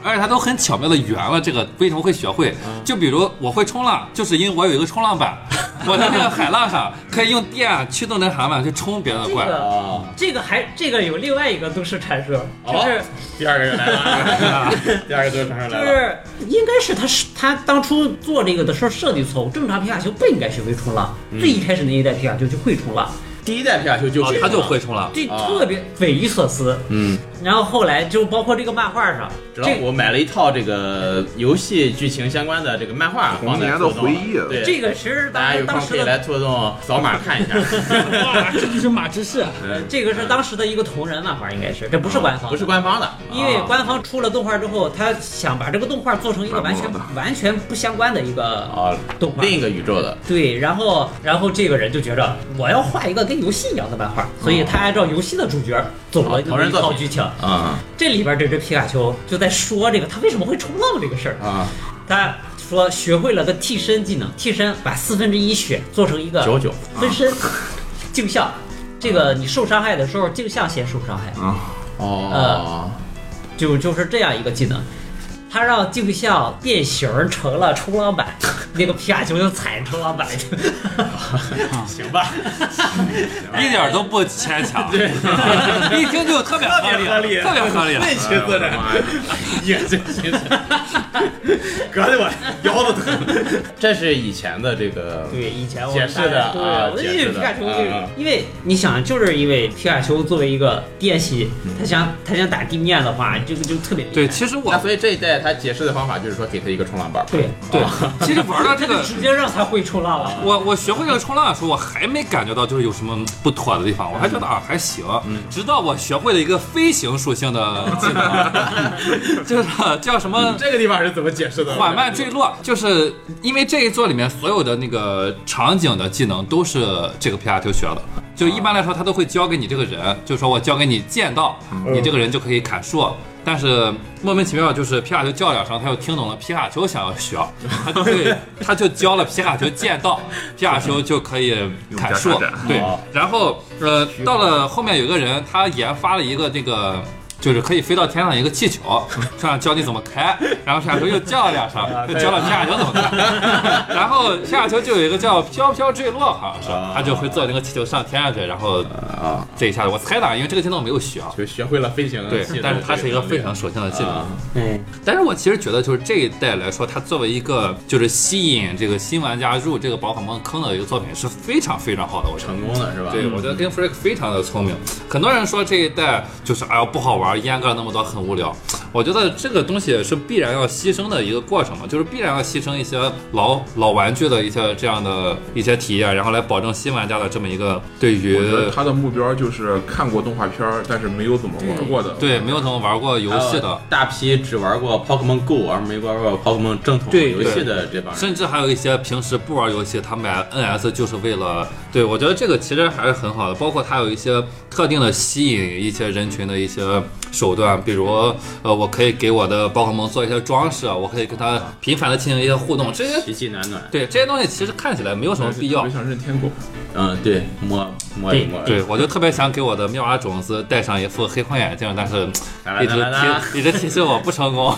S4: 而且它都很巧妙的圆了这个为什么会学会。就比如我会冲浪，就是因为我有一个冲浪 板，我在那个海浪上可以用电驱动那海浪板去冲别人的
S5: 这
S4: 怪。
S5: 个
S1: 哦，
S5: 这个还这个有另外一个都市传说，就
S1: 哦
S5: 是
S1: 第二个人来 了，第二个都传上
S5: 就
S1: 来了，
S5: 是应该是他是他当初做这个的时候设计错误，正常皮卡丘不应该学会冲浪，
S4: 嗯
S5: 最一开始那一代皮卡丘就会冲浪，
S1: 第一代皮卡丘就
S4: 哦
S1: 会，
S4: 他就会冲浪，
S5: 这
S1: 啊
S5: 特别匪夷所思。
S1: 嗯，
S5: 然后后来就包括这个漫画上，
S1: 直到
S5: 这
S1: 我买了一套这个游戏剧情相关的这个啊漫画，
S2: 童年的回忆
S1: 对，
S5: 这个其实
S1: 大家
S5: 当时
S1: 有
S5: 当
S1: 空可
S5: 时
S1: 以
S5: 的
S1: 来兔洞扫码看 一下。
S6: 哇，这就是马之士啊。
S1: 嗯
S5: 呃
S1: 啊
S5: 这个是当时的一个同人漫画，应该是，这不是官方，
S1: 不是，官方的，
S5: 因为
S1: 啊
S5: 官方出了动画之后，他想把这个动画做成一个完全
S2: 打磨的
S5: 完全不相关的一个
S1: 啊
S5: 动画。
S1: 另一个宇宙的，
S5: 对，然后然后这个人就觉着我要画一个跟游戏一样的漫画，所以他按照游戏的主角走了
S1: 啊同
S5: 那么
S1: 人
S5: 一
S1: 作
S5: 套
S1: 品
S5: 剧情。
S1: 啊
S5: 这里边这只皮卡丘就在说这个他为什么会冲浪这个事儿，
S1: 啊，
S5: 他说学会了个替身技能，替身把四分之一血做成一个
S1: 九九
S5: 分身镜像，这个你受伤害的时候镜像先受伤害，
S2: 啊，
S1: 哦，
S5: 嗯就就是这样一个技能。他让镜像变形成了冲 浪板，那个皮卡丘就踩着冲浪板去。
S1: 行吧，
S5: 嗯
S4: 一点都不牵强，对， 一听就特别合理，特别合理。
S1: 那群自然， 也这这 搞得我腰都疼。 这是以前的这个，
S5: 对，以前我
S1: 解释的
S5: 大家对，
S1: 啊
S5: 我就
S1: 解
S5: 因
S1: 释
S5: 为
S1: 的
S5: 皮卡丘就
S1: 啊啊
S5: 是，因为你想，就是因为皮卡丘作为一个电系，他
S1: 嗯
S5: 想他想打地面的话，这个就特别厉害。
S4: 对，其实我
S1: 那所以这一代他解释的方法就是说给他一个冲浪板，啊
S5: 对，
S4: 对，其实玩到这
S5: 他就
S4: 个。
S5: 直接让他会冲浪了。
S4: 我我学会这个冲浪的时候，我还没感觉到就是有什么不妥的地方，我还觉得啊还行。直到我学会了一个飞行属性的技能，就是叫什么
S1: 这个地方是怎么解释的？
S4: 缓慢坠落，就是因为这一座里面所有的那个场景的技能都是这个皮卡丘学的。就一般来说，他都会教给你这个人，就说我教给你剑道，你这个人就可以砍树。但是莫名其妙，就是皮卡丘叫两声，他就听懂了皮卡丘想要学，他就会他就教了皮卡丘剑道，皮卡丘就可以砍树
S2: 用加大。
S4: 对
S1: 哦，
S4: 然后呃，到了后面有个人，他研发了一个这个。就是可以飞到天上一个气球， 这样教你怎么开，然后皮卡丘又叫了两声，
S1: 啊
S4: 就教了皮卡丘怎么 开，然后皮卡丘就有一个叫飘飘坠落，好像
S1: 啊
S4: 是，他就会坐那个气球上天上去，然后
S1: 啊，
S4: 这一下我猜的啊，因为这个技能我没有学啊，
S1: 就学会了飞行
S4: 对
S1: 技能，
S4: 但是它是一个非常属性的技能
S1: 啊。
S5: 嗯，
S4: 但是我其实觉得，就是这一代来说，它作为一个就是吸引这个新玩家入这个宝可梦坑的一个作品，是非常非常好啊的。我觉得
S1: 成功的是吧？嗯
S4: 对，我觉得跟 Freak 非常的聪明。很多人说这一代就是哎呀不好玩玩阉割了那么多，很无聊。我觉得这个东西是必然要牺牲的一个过程嘛，就是必然要牺牲一些老老玩具的一些这样的一些体验，然后来保证新玩家的这么一个对于
S2: 我觉得他的目标就是看过动画片儿，但是没有怎么玩过的。
S4: 对没有怎么玩过游戏
S1: 还有
S2: 呃
S4: 的，
S1: 大批只玩过 Pokemon Go 而没玩过 Pokemon 正统
S6: 对
S1: 游戏的这帮人，
S4: 甚至还有一些平时不玩游戏，他买 NS 就是为了对我觉得这个其实还是很好的，包括它有一些特定的吸引一些人群的一些手段，比如呃，我可以给我的宝可梦做一些装饰，啊我可以跟它频繁的进行一些互动，这些
S1: 奇迹暖暖。
S4: 对这些东西其实看起来没有什么必要
S2: 特别。像任天狗，
S1: 嗯，对，摸摸一摸。
S4: 对，我就特别想给我的妙蛙种子戴上一副黑框眼镜，但是
S1: 哒
S4: 一
S1: 哒哒哒
S4: 直提一直提醒我不成 功，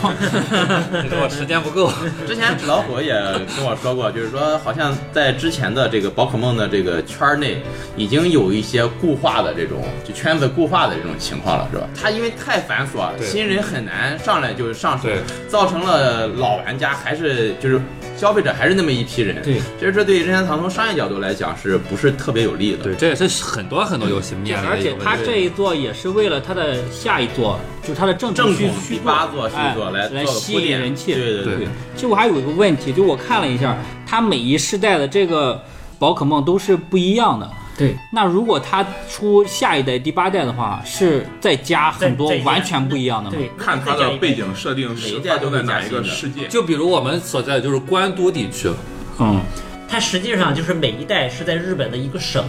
S4: 你说我时间不够。
S1: 之前老虎也跟我说过，就是说好像在之前的这个宝可梦的这个圈儿内，已经有一些固化的这种就圈子固化的这种情况了，是吧？它因为太繁琐了，
S4: 对
S1: 新人很难上来就上手
S4: 对，
S1: 造成了老玩家还是就是消费者还是那么一批人。
S6: 对，
S1: 其实这对任天堂从商业角度来讲是不是特别有利的？
S4: 对，这也是很多很多游戏面临
S6: 而
S4: 的一个
S6: 且
S4: 问题。
S6: 他这一座也是为了他的下一座，就是他的正
S1: 正
S6: 续
S1: 统
S6: 续
S1: 第八座、续
S6: 哎
S1: 作
S6: 来
S1: 做个
S6: 吸
S1: 铺
S6: 引
S1: 垫，
S6: 人气。
S1: 对对
S4: 对
S1: 对，
S6: 其实我还有一个问题，就我看了一下，它每一世代的这个宝可梦都是不一样的。
S5: 对，
S6: 那如果它出下一代第八代的话，是再加很多
S5: 再再加
S6: 完全不一
S4: 啊
S6: 样的吗？
S5: 对，
S2: 看他的背景设定
S1: 每
S2: 是
S1: 一代
S2: 发
S1: 都
S2: 生
S1: 会
S2: 在
S1: 加
S2: 哪
S1: 新
S2: 一
S1: 的
S2: 个世界。
S4: 就比如我们所在的就是关都地区，
S6: 嗯，
S5: 它实际上就是每一代是在日本的一个省，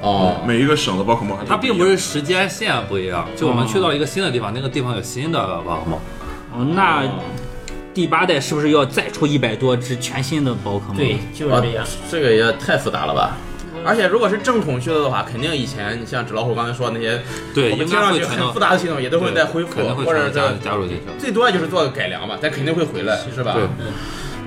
S1: 哦，
S2: 每一个省的宝可梦还
S4: 它
S2: 不一
S4: 并
S2: 样
S4: 不是时间线不一样，就我们去到一个新的地方，那个地方有新的宝可梦。
S6: 哦那第八代是不是要再出一百多只全新的宝可
S4: 嗯
S6: 梦？
S5: 对，，就是这样。
S1: 这个也太复杂了吧。而且如果是正统续作的话，肯定以前你像纸老虎刚才说的那些，
S4: 对
S1: 我们
S4: 应
S1: 听
S4: 该
S1: 上
S4: 会
S1: 去
S4: 全
S1: 很
S4: 都
S1: 复杂的系统也都会
S4: 对
S1: 在恢复
S4: 可能，会
S1: 或者
S4: 全都
S1: 是
S4: 加加入进去。
S1: 最多也就是做个改良吧，但肯定会回来，是吧？
S4: 对，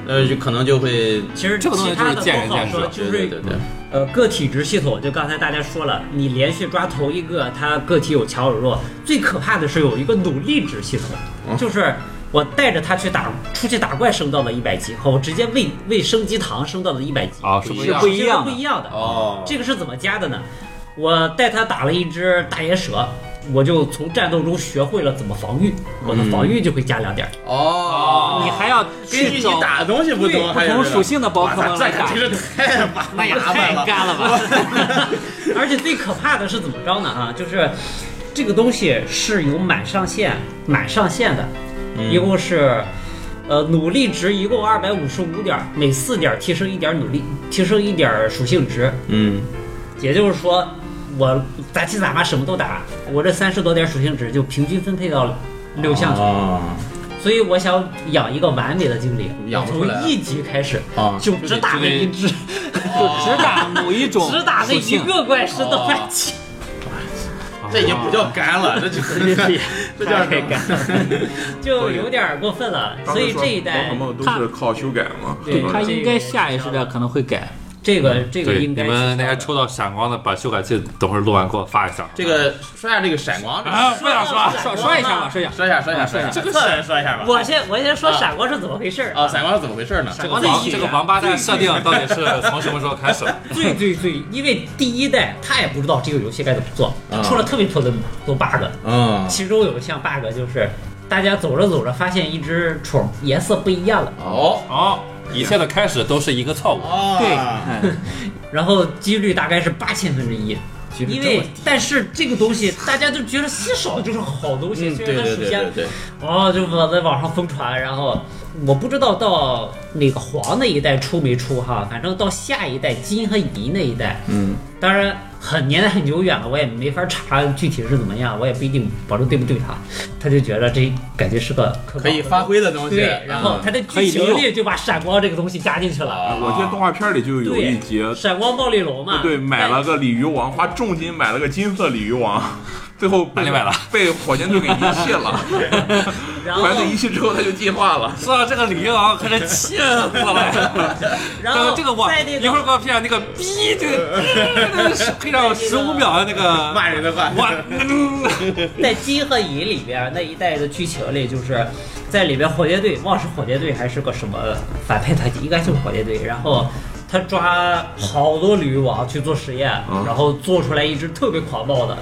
S1: 呃，就可能就会，
S5: 其实
S4: 这个东西
S5: 其他
S4: 就
S5: 的
S4: 是见仁
S5: 不好
S4: 见智
S5: 说，
S1: 对
S5: 就
S1: 对
S5: 是
S1: 对对，
S5: 呃个体值系统，就刚才大家说了，你连续抓头一个，它个体有强有弱。最可怕的是有一个努力值系
S4: 哦
S5: 统，就是我带着它去打出去打怪升到了一百级，和我直接喂喂升级糖升到了一百级，
S4: 啊，是不一样
S6: 不。
S5: 这是
S6: 一样的
S5: 不一样的。
S1: 哦，
S5: 这个是怎么加的呢？我带他打了一只大野蛇，我就从战斗中学会了怎么防御，我的防御就会加两点儿。
S6: 嗯
S1: 哦，
S6: 你还要
S1: 根据
S6: 去
S1: 你
S6: 找
S1: 打的东西不
S6: 对
S1: 同，
S6: 不
S1: 还有
S6: 同
S1: 这个
S6: 属性的宝可
S1: 哇
S6: 梦
S1: 塞
S6: 来
S1: 这
S6: 打
S1: 肯。定是太麻
S6: 那也
S1: 麻烦
S6: 太
S1: 了，
S6: 干了 吧！
S5: 而且最可怕的是怎么着呢？啊，就是这个东西是有满上限，满上限的，
S6: 嗯
S5: 一共是。呃，努力值一共二百五十五点儿，每四点儿提升一点儿努力，提升一点儿属性值。
S1: 嗯，
S5: 也就是说，我杂七杂八什么都打，我这三十多点属性值就平均分配到六项去。
S1: 哦，
S5: 所以我想养一个完美的精灵，
S1: 养不出
S5: 从
S1: 来
S5: 一级开始，
S1: 啊
S5: 就只打那一只，
S6: 就只打某一种属性，
S5: 只打那一个
S1: 哦
S5: 怪升到半级。
S1: 这已经不叫干了， 这就这啊叫什么？
S5: 就有点过分了，所以这一
S2: 宝
S5: 代
S2: 可梦都是靠修改嘛，
S5: 对
S2: 很多
S6: 他
S2: 人
S6: 应该下一世代可能会改。
S5: 这个
S1: 嗯
S5: 这个
S4: 对，
S5: 应
S4: 你
S5: 该是
S4: 们那些抽到闪光的，把修改器等会儿录完给我发一下。
S1: 这个说一下这个闪光，
S4: 啊，不想说，
S6: 说说一下吧，说一下。
S1: 说一下说一下说一下，这个人说一下吧。
S5: 我先我先说
S1: 啊
S5: 闪光是怎么回事儿
S1: 啊，闪光是怎么回事呢？
S4: 这个王这个王八蛋设定到底是从什么时候开始的？
S5: 最最最，因为第一代他也不知道这个游戏该怎么做，
S1: 啊
S5: 他出了特别多的多 bug，
S1: 嗯，
S5: 其中有一项 bug 就是。大家走着走着，发现一只虫颜色不一样了，
S1: 哦
S4: 哦，一切的开始都是一个错误。
S1: 哦，
S6: 对，
S5: 然后几率大概是八千分之一。因为但是这个东西大家都觉得稀少就是好东西，
S1: 嗯，
S5: 虽
S1: 对
S5: 然它
S1: 对
S5: 属
S1: 对
S5: 相
S1: 对，对，
S5: 哦，就我在网上疯传，然后我不知道到那个黄那一代出没出哈，反正到下一代金和银那一代，嗯，当然很年代很久远了，我也没法查具体是怎么样，我也不一定保证对不对他，他就觉得这感觉是个
S1: 可以发。挥的东西。啊嗯
S5: 对，然后他的
S6: 可以
S5: 剧
S6: 利用
S5: 情里就把闪光这个东西加进去了，
S2: 我记得动画片里就啊有
S5: 对
S2: 一集，
S5: 闪光暴力龙嘛，
S2: 对，买了个鲤鱼王，花重金买了个金色鲤鱼王， 最后
S4: 哪里买了？
S2: 被火箭队给遗弃了。
S5: 然后
S2: 完了遗弃之后，它就进化了。
S4: 说到这个鲤鱼王，可是气死了。
S5: 然后
S4: 这个我
S5: 哦在那
S4: 一会儿给我配上那个逼，这个配上十五秒的那个 嗯
S1: 骂人的话，
S4: 我
S5: 在《金和银》里边那一代的剧情里，就是在里边火箭队，忘是火箭队还是个什么反派团体，应该就是火箭队。然后他他抓好多鲤鱼王去做实验，
S2: 嗯
S5: 然后做出来一只特别狂暴的，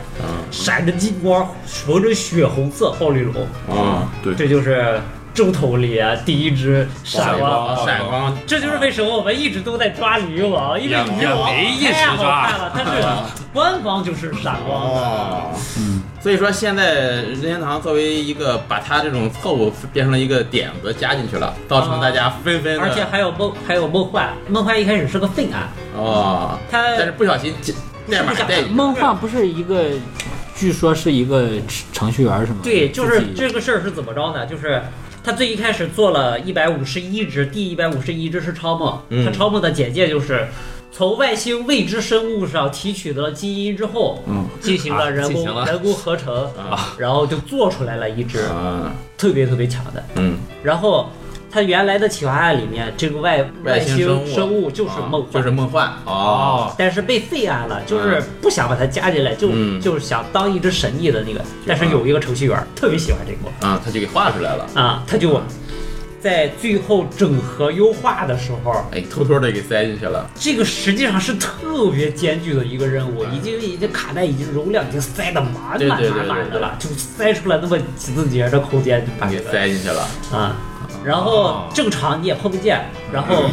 S5: 闪着金光、蒙着血红色暴鲤龙，
S1: 啊，
S2: 对
S5: 这就是正统里啊第一只闪光。
S1: 闪光，啊
S5: 这就是为什么我们一直都在抓鲤鱼王，因为
S1: 也
S5: 鲤鱼王
S7: 也没一直
S5: 太好
S7: 抓
S5: 看了，它是官方就是闪光的。
S1: 哦，所以说现在任天堂作为一个把它这种错误变成了一个点子加进去了，造成大家纷纷的
S5: 而且还有梦，还有梦幻。梦幻一开始是个废案，
S1: 哦，
S5: 它
S1: 但是不小心代码带进去
S6: 梦幻不是一个，据说是一个程序员是吗？
S5: 对，就是
S6: 自己
S5: 这个事儿是怎么着呢？就是他最一开始做了一百五十一只，第一百五十一只是超梦，
S1: 嗯
S5: 他超梦的简介就是。从外星未知生物上提取的基因之后，
S2: 嗯
S5: 进行了人工、
S7: 进行了
S5: 人工合成，
S1: 啊
S5: 然后就做出来了一只
S1: 啊，
S5: 特别特别强的。
S1: 嗯，
S5: 然后它原来的企划案里面，这个外
S1: 外星
S5: 星
S1: 生物
S5: 物就是
S1: 啊
S5: 梦幻，
S1: 就是梦幻哦，
S5: 但是被废案了，就是不想把它加进来，就、
S1: 嗯
S5: 就是想当一只神力的那个。但是有一个程序员儿特别喜欢这个
S1: 啊，他就给画出来了。
S5: 啊，他就在最后整合优化的时候，
S1: 哎，偷偷的给塞进去了，
S5: 这个实际上是特别艰巨的一个任务，已经已经卡带已经容量已经塞得满
S1: 对嗯
S5: 满
S1: 对对
S5: 满满
S1: 对
S5: 的
S1: 对
S5: 了，就塞出来那么几字节的空间就把
S1: 给塞进去了。
S5: 啊，然
S1: 哦
S5: 后正常你也碰不见，然后
S1: 嗯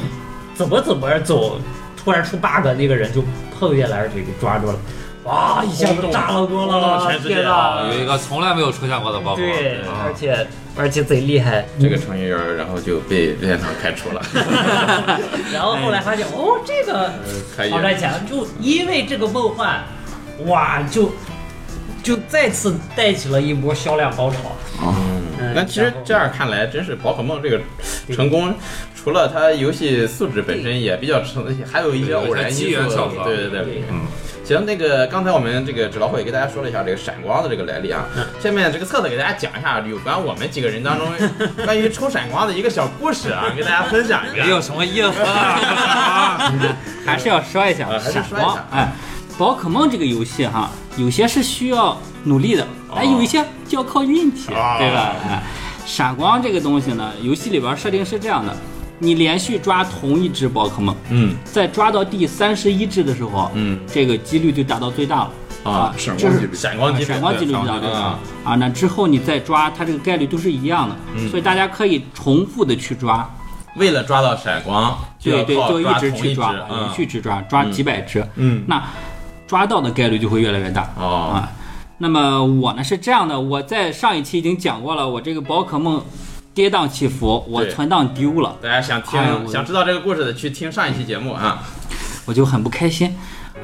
S5: 怎么怎么走，突然出 bug 那个人就碰见了，而且给抓住了，哇，一下就炸了锅
S1: 轰动
S5: 了
S1: 全，世界
S5: 天
S1: 啊
S5: 呐！
S4: 有一个从来没有出现过的包括
S5: 对，而且而且贼厉害，
S1: 这个程序员，然后就被任天堂开除 了。
S5: 然后后来发现
S1: 哎
S5: 哦，这个
S1: 可以
S5: 好赚钱，就因为这个梦幻，哇，就就再次带起了一波销量高潮。嗯
S1: 哦但其实这样看来，真是宝可梦这个成功，除了它游戏素质本身也比较成，还有一些偶然
S4: 有一些机
S1: 因
S4: 缘
S1: 素
S4: 巧。合
S1: 对对对。
S5: 对
S1: 行，那个刚才我们这个纸老虎也给大家说了一下这个闪光的这个来历啊。下面这个册子给大家讲一下有关我们几个人当中关于抽闪光的一个小故事啊，给大家分享一
S7: 你
S1: 个。
S7: 有什么意思啊？
S6: 还是要说一下
S1: 啊还是
S6: 闪
S1: 说一
S6: 光
S1: 下。
S6: 哎，宝可梦这个游戏哈，有些是需要努力的，哎，有一些就要靠运气，
S1: 哦
S6: 对吧？哎，闪光这个东西呢，游戏里边设定是这样的：你连续抓同一只宝可梦，
S1: 嗯
S6: 在抓到第三十一只的时候，
S1: 嗯
S6: 这个几率就达到最大了。
S1: 啊，
S2: 闪
S6: 这
S2: 光
S6: 是
S2: 几
S1: 闪光机，
S6: 闪光几率比较
S1: 闪光机
S6: 大啊，那之后你再抓，它这个概率都是一样的，
S1: 嗯
S6: 所以大家可以重复的去抓，
S1: 为了抓到闪光，就
S6: 对
S1: 要
S6: 对，
S1: 靠
S6: 就一直
S1: 同
S6: 去抓，
S1: 嗯
S6: 连续去抓，抓几百只，
S1: 嗯
S6: 那抓到的概率就会越来越大。
S1: 哦
S6: 啊那么我呢是这样的，我在上一期已经讲过了，我这个宝可梦跌宕起伏，我
S1: 对
S6: 存档丢了，
S1: 大家想听、
S6: 哎呀我
S1: 想知道这个故事的，去听上一期节目啊。
S6: 我就很不开心。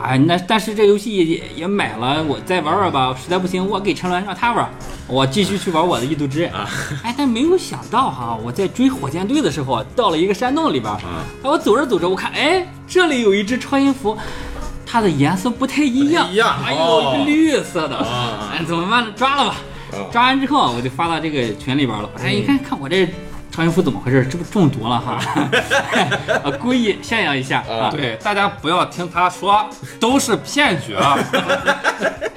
S6: 哎，那但是这游戏也也买了，我再玩玩吧。实在不行，我给陈鸾让他玩，我继续去玩我的《异度之刃》
S1: 啊。
S6: 哎，但没有想到哈，我在追火箭队的时候，啊到了一个山洞里边，
S1: 嗯
S6: 哎，我走着走着，我看，哎，这里有一只超音符，它的颜色不太一样，
S1: 不太一样
S6: 哎呦，
S1: 哦
S6: 一个绿色的，
S1: 啊
S6: 哎，怎么办呢？抓了吧
S1: 哦。
S6: 抓完之后，啊我就发到这个群里边了。哎，一看看我这超音符怎么回事？这不中毒 了哈！ 我故意炫耀一下啊。
S4: 对，大家不要听他说，都是骗局啊！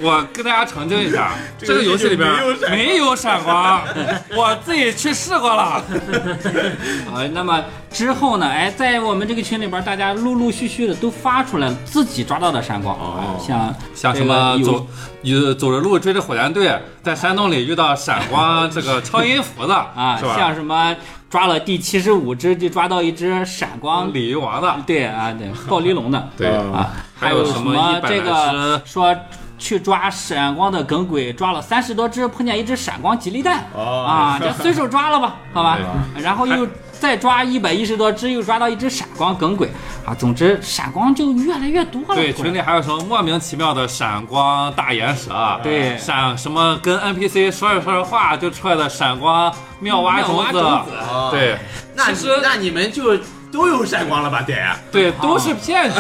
S4: 我跟大家澄清一下， 这个游戏里边没有闪光，我自己去试过了。
S6: 啊，那么之后呢？哎，在我们这个群里边，大家陆陆续续的都发出来了自己抓到的闪光，
S1: 哦
S6: 像
S4: 像
S6: 这
S4: 什么
S6: 个有
S4: 走，你走着路追着火箭队，在山洞里遇到闪 光这个超音符的
S6: 啊，
S4: 是吧？
S6: 像什么抓了第七十五只，就抓到一只闪光，
S4: 鲤鱼王的，
S6: 对啊，对暴鳞龙的，
S4: 对
S6: 啊，
S4: 还
S6: 有
S4: 有
S6: 什
S4: 什么
S6: 这
S4: 100来
S6: 个说。去抓闪光的耿鬼，抓了三十多只，碰见一只闪光吉利蛋、
S1: 哦
S6: 啊，这随手抓 了吧，好吧，然后又再抓一百一十多只，又抓到一只闪光耿鬼啊，总之闪光就越来越多了。
S4: 对，
S6: 突
S4: 群
S6: 然
S4: 里还有什么莫名其妙的闪光大眼蛇，啊
S6: 对
S4: 闪什么跟 NPC 说着说着话就出来的闪光妙蛙种
S6: 妙蛙
S4: 子，
S1: 哦，
S4: 对
S1: 那
S4: 其实
S1: 那你们就都有闪光了吧？得，
S6: 哦
S4: 啊 对，都是骗局。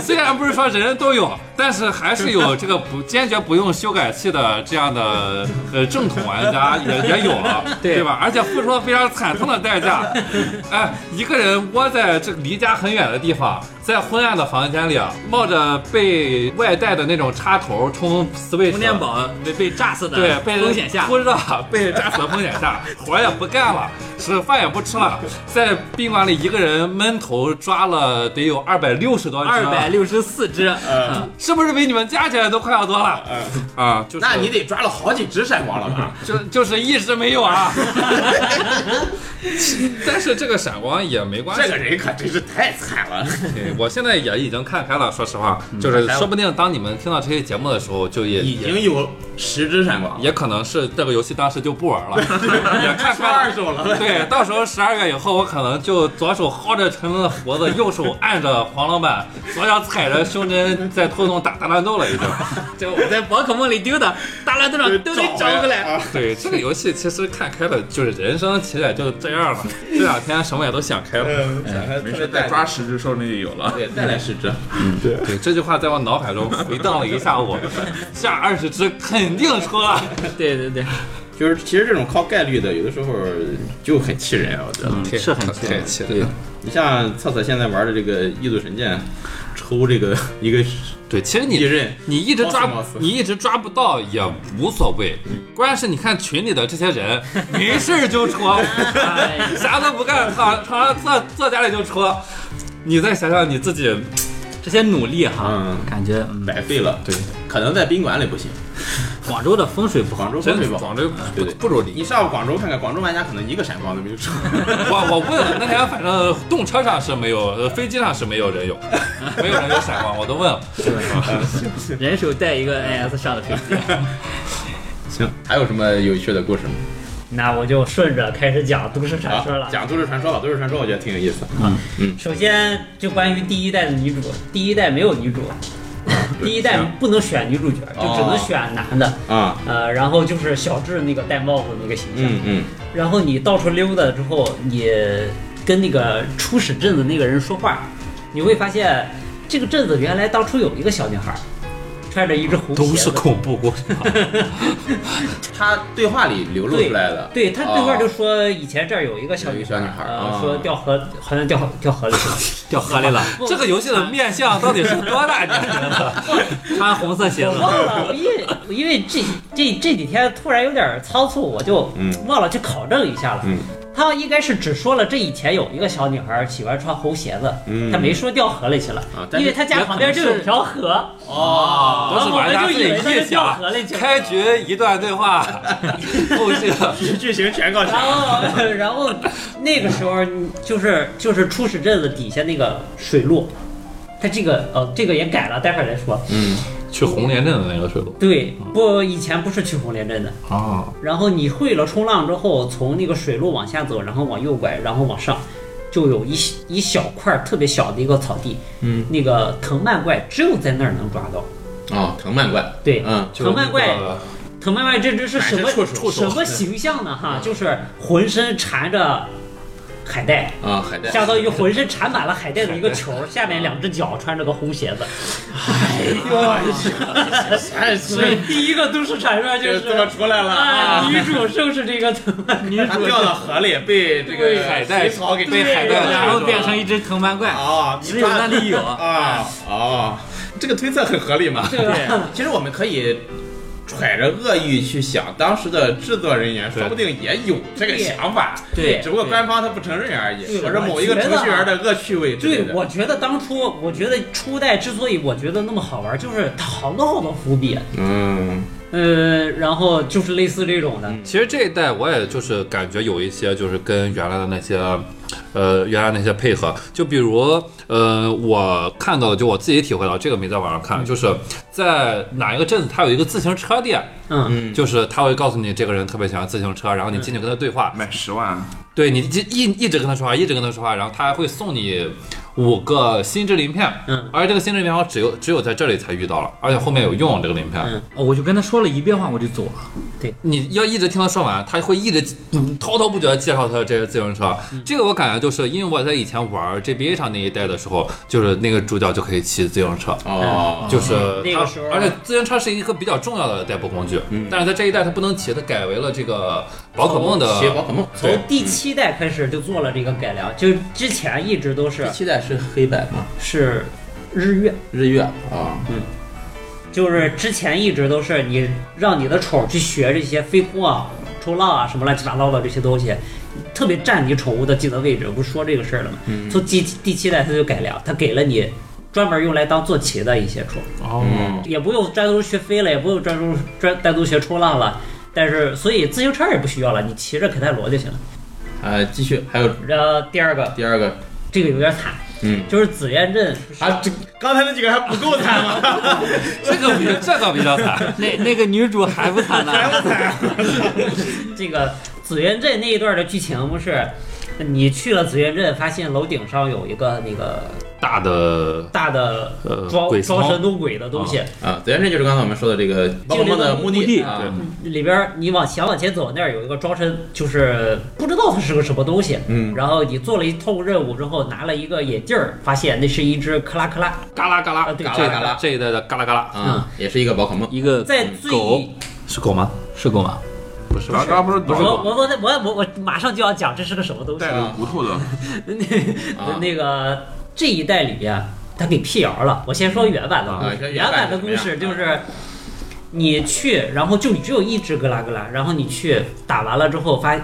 S4: 虽然不是说人人都有，但是还是有这个不坚决不用修改器的这样的呃正统玩 家也也有了，
S6: 对
S4: 吧？而且付出了非常惨痛的代价。 哎，一个人窝在这离家很远的地方，在昏暗的房间里，啊冒着被外带的那种插头充 Switch，
S6: 充电宝被被炸死的
S4: 对，被人
S6: 风险下，
S4: 不知道被炸死的风险下，活儿也不干了，吃饭也不吃了，在宾馆里一个人闷头抓了得有二百六十多只，
S6: 二百六十四只，
S1: 呃
S4: 是不是比你们加起来都快要多了？
S6: 嗯
S4: 啊，就是
S1: 那你得抓了好几只闪光了吧？
S4: 就就是一直没有 啊。但是这个闪光也没关系，
S1: 这个人可真是太惨了。
S4: 对我现在也已经看开了。说实话，
S6: 嗯
S4: 就是说不定当你们听到这些节目的时候，就也
S1: 已经有十只闪 光，
S4: 也可能是这个游戏当时就不玩 了，也看
S1: 出
S4: 开了
S1: 二。手了。
S4: 对，到时候十二月以后，我可能就左手薅着陈龙的胡子，右手按着黄老板， 左脚踩着胸针，在拖动打大乱斗了 已经。
S6: 这我在宝可梦里丢的，大乱斗上都得找回来。
S4: 对，这个游戏其实看开了，就是人生其实也就这样了。这两天什么也都想开了。
S1: 嗯
S2: 没
S1: 哎没
S2: 事，再抓十只兽那就有了。
S1: 对，再来十只。
S4: 对，这句话在我脑海中回荡了一下午，下二十只肯定出了。
S6: 对对对，
S1: 就是其实这种靠概率的，有的时候就很气人啊，我觉得。
S6: 嗯是很气
S4: 对，
S6: 人
S4: 气
S6: 对
S4: 人。
S1: 你像策策现在玩的这个《异度神剑》，抽这个一个
S4: 对，其实
S1: 一
S4: 你
S1: 刃，
S4: 你一直抓
S1: 冒死冒死，
S4: 你一直抓不到也无所谓，关键是你看群里的这些 人，没事儿就戳，啥都不干，躺躺上坐坐家里就戳。你再想想你自己，
S6: 这些努力哈，
S1: 嗯，
S6: 感觉嗯，
S1: 白费了。
S4: 对，
S1: 可能在宾馆里不行，
S6: 广州的风水不好。
S1: 广州风
S4: 真
S1: 水
S4: 的
S1: 不好。
S4: 广州
S1: 对
S4: 不
S1: 对
S4: 不如
S1: 你
S4: 你。
S1: 上广州看看，广州玩家可能一个闪光都没有抽。
S4: 我我问了那天，反正动车上是没有，呃飞机上是没有人有，没有人有闪光，我都问了。
S6: 人手带一个 NS 上的飞机，
S1: 行，还有什么有趣的故事吗？
S5: 那我就顺着开始讲都市传说了。
S1: 好讲都市传说吧，都市传说我觉得挺有意思。
S5: 首先就关于第一代的女主，第一代没 有女主，第一代不能选女主角，就
S1: 哦
S5: 只能选男的。
S1: 啊，
S5: 呃，然后就是小智那个戴帽子那个形象，
S1: 嗯嗯，
S5: 然后你到处溜达之后，你跟那个初始镇子那个人说话，你会发现这个镇子原来当初有一个小女孩，穿着一只红鞋子，
S4: 恐怖故事，
S1: 他对话里流露
S5: 对
S1: 出来的，
S5: 对他对话就
S1: 哦
S5: 说以前这儿有一个小
S1: 有一
S5: 女
S1: 个小女孩
S5: 呃
S1: 啊，
S5: 说掉河好像掉掉河 里去了。
S6: 掉河 里了，
S4: 这个游戏的面向到底是多大年龄的？
S6: 穿红色鞋
S5: 我
S6: 子。
S5: 忘了，因为因为这这这几天突然有点仓促，我就
S1: 嗯
S5: 忘了去考证一下了。
S1: 嗯
S5: 他应该是只说了这以前有一个小女孩喜欢穿红鞋子，
S1: 嗯
S5: 他没说掉河里去了，
S1: 啊但
S5: 因
S1: 是
S5: 为他家旁边就有条河，
S1: 哦，
S4: 都是玩家自己臆想。开局一段对 话，后续的
S1: 剧情全告
S5: 然后 然后那个时候就是就是初始镇子底下那个水路，他这个呃这个也改了，待会儿再说。
S1: 嗯，
S4: 去红莲镇的那个水路
S5: 对，不以前不是去红莲镇的，
S4: 啊，
S1: 哦
S5: 然后你会了冲浪之后，从那个水路往下走，然后往右拐，然后往上，就有一一小块儿特别小的一个草地，
S1: 嗯，
S5: 那个藤蔓怪只有在那儿能抓到。
S1: 哦，藤蔓怪，
S5: 对，
S1: 嗯，
S5: 藤蔓怪，藤蔓怪这只是什么
S1: 还是触手嗯
S5: 什么形象呢？哈，就是浑身缠着海带。
S1: 啊，海带，
S5: 相当于浑身缠满了海带的一个球， 下面两只脚穿着个红鞋子。
S1: 哎，
S5: 所以 第一个都市传说就
S1: 就是这么出来了
S5: 哎，
S1: 啊。
S5: 女主正是这个藤蔓女
S1: 他掉到河里，被这个
S4: 海带
S1: 水草给
S4: 被海带
S1: 抓
S6: 然
S1: 住
S6: 后
S1: 了
S6: 变成一只藤蔓怪，
S1: 啊，
S6: 只有那里有。
S1: 啊哦，这个推测很合理嘛？
S5: 对吧？
S1: 其实我们可以揣着恶意去想，当时的制作人员说不定也有这个想法，
S6: 对
S1: 只不过官方他不承认而已，
S5: 对
S1: 或者某一个程序员的恶趣味之类
S5: 对，
S1: 的。
S5: 我觉得当初，我觉得初代之所以我觉得那么好玩，就是它好多好多伏笔，
S1: 嗯，
S5: 呃，然后就是类似这种的，
S4: 其实这一代我也就是感觉有一些就是跟原来的那些，呃，原来那些配合，就比如呃，我看到的就我自己体会到，这个没在网上
S5: 嗯
S4: 看，就是在哪一个镇子它有一个自行车店，
S5: 嗯，
S4: 就是他会告诉你这个人特别喜欢自行车，然后你进去跟他对话，
S2: 买十万，
S4: 对你一一一直跟他说话，一直跟他说话，然后他还会送你五个心之鳞片，
S5: 嗯
S4: 而且这个心之鳞片我只有只有在这里才遇到了，而且后面有用这个鳞片，
S5: 嗯
S6: 哦我就跟他说了一遍话，我就走了。
S4: 你要一直听他说完，他会一直嗯滔滔不绝的介绍他的这个自行车。
S5: 嗯
S4: 这个我感觉就是因为我在以前玩 GBA 上那一代的时候，就是那个主角就可以骑自行车。
S1: 哦，
S4: 就是它，
S5: 嗯那个时候嗯
S4: 而且自行车是一个比较重要的代步工具，但是在这一代它不能骑，它改为了这个宝可梦
S5: 哦
S4: 的
S1: 骑宝可梦，
S4: 对
S5: 从第七代开始就做了这个改良，就之前一直都是
S1: 期待是黑白吗？
S5: 是日月，
S1: 日月啊，
S5: 就是之前一直都是你让你的宠去学这些飞空啊、冲浪啊什么乱七八糟的这些东西，特别占你宠物的技能位置。我不是说这个事儿了吗？从第第七代它就改良，它给了你专门用来当坐骑的一些宠，
S2: 哦，
S1: 嗯，
S5: 也不用单独学飞了，也不用专注专单独学冲浪了。但是，所以自行车也不需要了，你骑着肯泰罗就行了。
S1: 呃，继续，还有
S5: 然后第二个，
S1: 第二个，
S5: 这个有点惨，
S1: 嗯，
S5: 就是紫苑镇
S1: 啊，这刚才那几个还不够惨吗？
S4: 这个比这个比较惨，
S6: 那那个女主还不惨呢，
S5: 这个紫苑镇那一段的剧情不是，你去了紫苑镇，发现楼顶上有一个那个
S4: 大的
S5: 大的
S4: 呃
S5: 装、
S4: 鬼
S5: 装
S4: 仓
S5: 神弄鬼的东西，
S1: 啊，紫原镇就是刚才我们说的这个宝可梦的墓
S6: 精灵的
S1: 啊，
S5: 里边儿你往想往前走，那儿有一个装神，就是不知道它是个什么东西。
S1: 嗯
S5: 然后你做了一透过任务之后，拿了一个眼镜儿，发现那是一只克拉克拉。
S4: 嘎啦嘎啦
S5: 啊对
S4: 这
S5: 嘎
S1: 啦嘎啦
S4: 这一代的嘎啦嘎啦
S1: 啊，也是一个宝可梦，
S6: 一个
S5: 在最
S6: 狗
S4: 是狗吗？
S6: 是狗吗？
S4: 不是，
S2: 嘎嘎不是
S5: 我
S2: 都是
S5: 我
S2: 狗
S5: 我我我我马上就要讲这是个什么东西
S2: 带，着骨头的，
S1: 啊
S5: 那个这一代里边，他给辟谣了。我先说原版的故
S1: 啊
S5: 事，
S1: 原版
S5: 版的故事就是。你去，然后就只有一只格拉格拉，然后你去打完了之后发，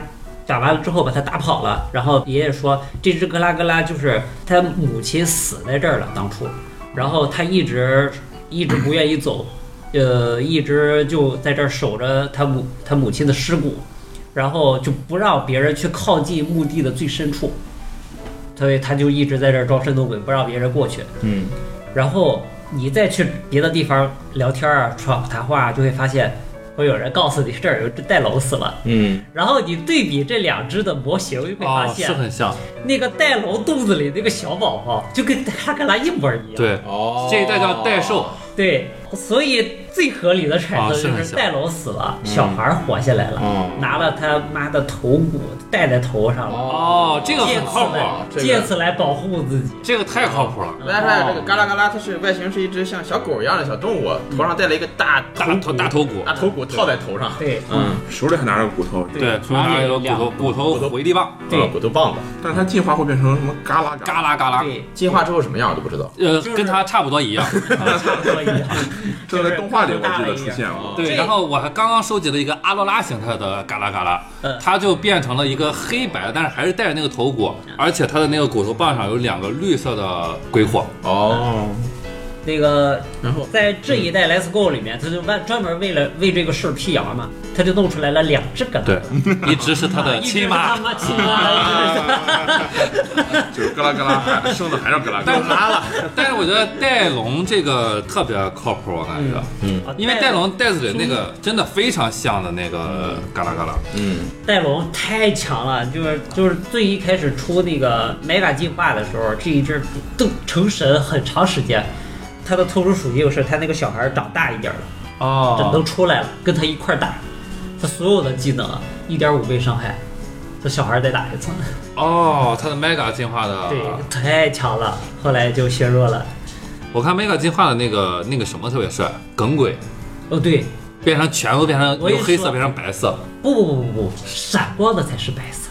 S5: 打完了之后把它打跑了，然后爷爷说这只格拉格拉就是他母亲死在这儿了当初，然后他一直一直不愿意走，呃，一直就在这儿守着他母他母亲的尸骨，然后就不让别人去靠近墓地的最深处，所以他就一直在这儿装神弄鬼，不让别人过去。
S1: 嗯，
S5: 然后你再去别的地方聊天啊、闯谈话、啊，就会发现会有人告诉你这儿有只带楼死了。
S1: 嗯，
S5: 然后你对比这两只的模型，就会发
S4: 哦，
S5: 现、
S4: 是很像，
S5: 那个带楼肚子里那个小宝宝就跟哈克拉一模一样。
S4: 对，
S1: 哦，
S4: 这一代叫代兽，
S5: 对，所以最合理的揣
S4: 啊
S5: 测
S4: 是
S5: 就
S4: 很
S5: 是
S4: 像
S5: 戴楼死了，小孩儿活下来了，
S1: 哦
S5: 拿了他妈的头骨戴在头上了，
S4: 哦，这个
S5: 借
S4: 很
S5: 此
S4: 靠谱，
S5: 来
S1: 这个
S5: 借此来保护自己。
S4: 这个太靠谱了。
S1: 大家看这个嘎啦嘎啦，它是外形是一只像小狗一样的小动物，头上戴了一个大
S4: 大头大头骨，
S1: 大头骨套在头上，
S5: 对
S1: 嗯，
S2: 手里还拿着骨头，
S4: 对，手上拿一个骨头骨头回力棒，
S1: 啊骨头棒子，
S2: 但是它进化会变成什么嘎啦
S4: 嘎啦嘎啦，
S5: 对，
S1: 进化之后什么样我都不知道。
S4: 呃，
S5: 就是
S4: 跟它差不多一样。
S5: 差不多一样。
S2: 这个在动画里我记得出现过。
S5: 这
S4: 对，然后我还刚刚收集了一个阿罗拉形态的嘎啦嘎啦
S5: 嗯，
S4: 它就变成了一个黑白，但是还是带着那个头骨，而且它的那个骨头棒上有两个绿色的鬼火。
S1: 哦，
S5: 那个
S1: 然后
S5: 在这一代 Let's Go 里面，他就专专门为了为这个事儿辟谣嘛，他就弄出来了两只梗。
S4: 对， 一直是它的
S5: 一只
S4: 亲
S5: 是
S4: 妈
S5: 他。妈亲妈，
S2: 就是嘎啦嘎啦还生的还是嘎啦嘎
S4: 但
S2: 啦
S4: 是。拉了，但是我觉得戴龙这个特别靠谱，我感觉，
S5: 嗯
S4: 因为戴龙戴子里那个真的非常像的那个嘎啦嘎啦，
S1: 嗯，
S5: 戴龙太强了，就是就是最一开始出那个美法进化的时候，这一只都成神很长时间。它的特殊属性是它那个小孩长大一点了，这
S4: 哦，
S5: 都出来了，跟他一块儿打，他所有的技能一点五倍伤害，这小孩再打一次，
S4: 哦，它的 mega 进化的，
S5: 对，太强了。后来就削弱了。
S4: 我看 mega 进化的那个那个什么特别帅，耿鬼
S5: 哦，对，
S4: 变成全部变成
S5: 我也
S4: 由黑色
S5: 说
S4: 变成白色，
S5: 不不不不不，闪光的才是 白色。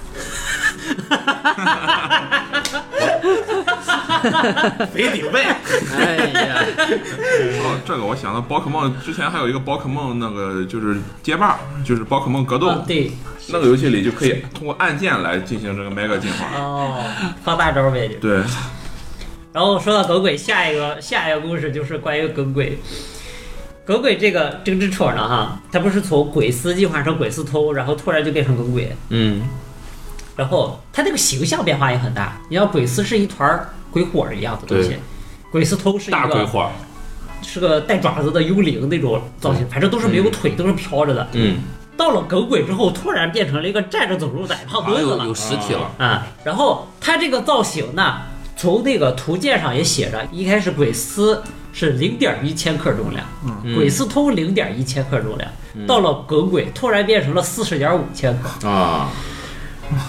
S1: 肥顶背，
S5: 啊
S6: 哎呀，
S2: 哦，这个我想到宝可梦之前还有一个宝可梦那个就是街霸，就是宝可梦格斗、
S5: 啊，对，
S2: 那个游戏里就可以通过按键来进行这个 mega 进化。
S5: 哦，放大招呗。就
S2: 对，
S5: 然后说到耿鬼，下一个下一个故事就是关于耿鬼。耿鬼这个这个只宠呢哈，它不是从鬼司进化成鬼司偷，然后突然就变成耿鬼，
S1: 嗯，
S5: 然后它这个形象变化也很大。你像鬼司是一团儿鬼火一样的东西
S4: 对，
S5: 鬼司偷是一
S4: 大鬼
S5: 个
S4: 火，
S5: 是个带爪子的幽灵那种造
S4: 嗯
S5: 型，反正都是没有腿，都是飘着的。
S1: 嗯，
S5: 到了耿鬼之后，突然变成了一个站着走路的矮胖
S4: 好像
S5: 墩
S4: 啊
S5: 子
S4: 有
S5: 了
S4: 有。实体了，
S5: 啊，然后它这个造型呢，从那个图鉴上也写着，一开始鬼斯是零点一千克重量，
S4: 嗯
S5: 鬼斯通零点一千克重量，到了耿鬼突然变成了四十点五千克。
S1: 啊。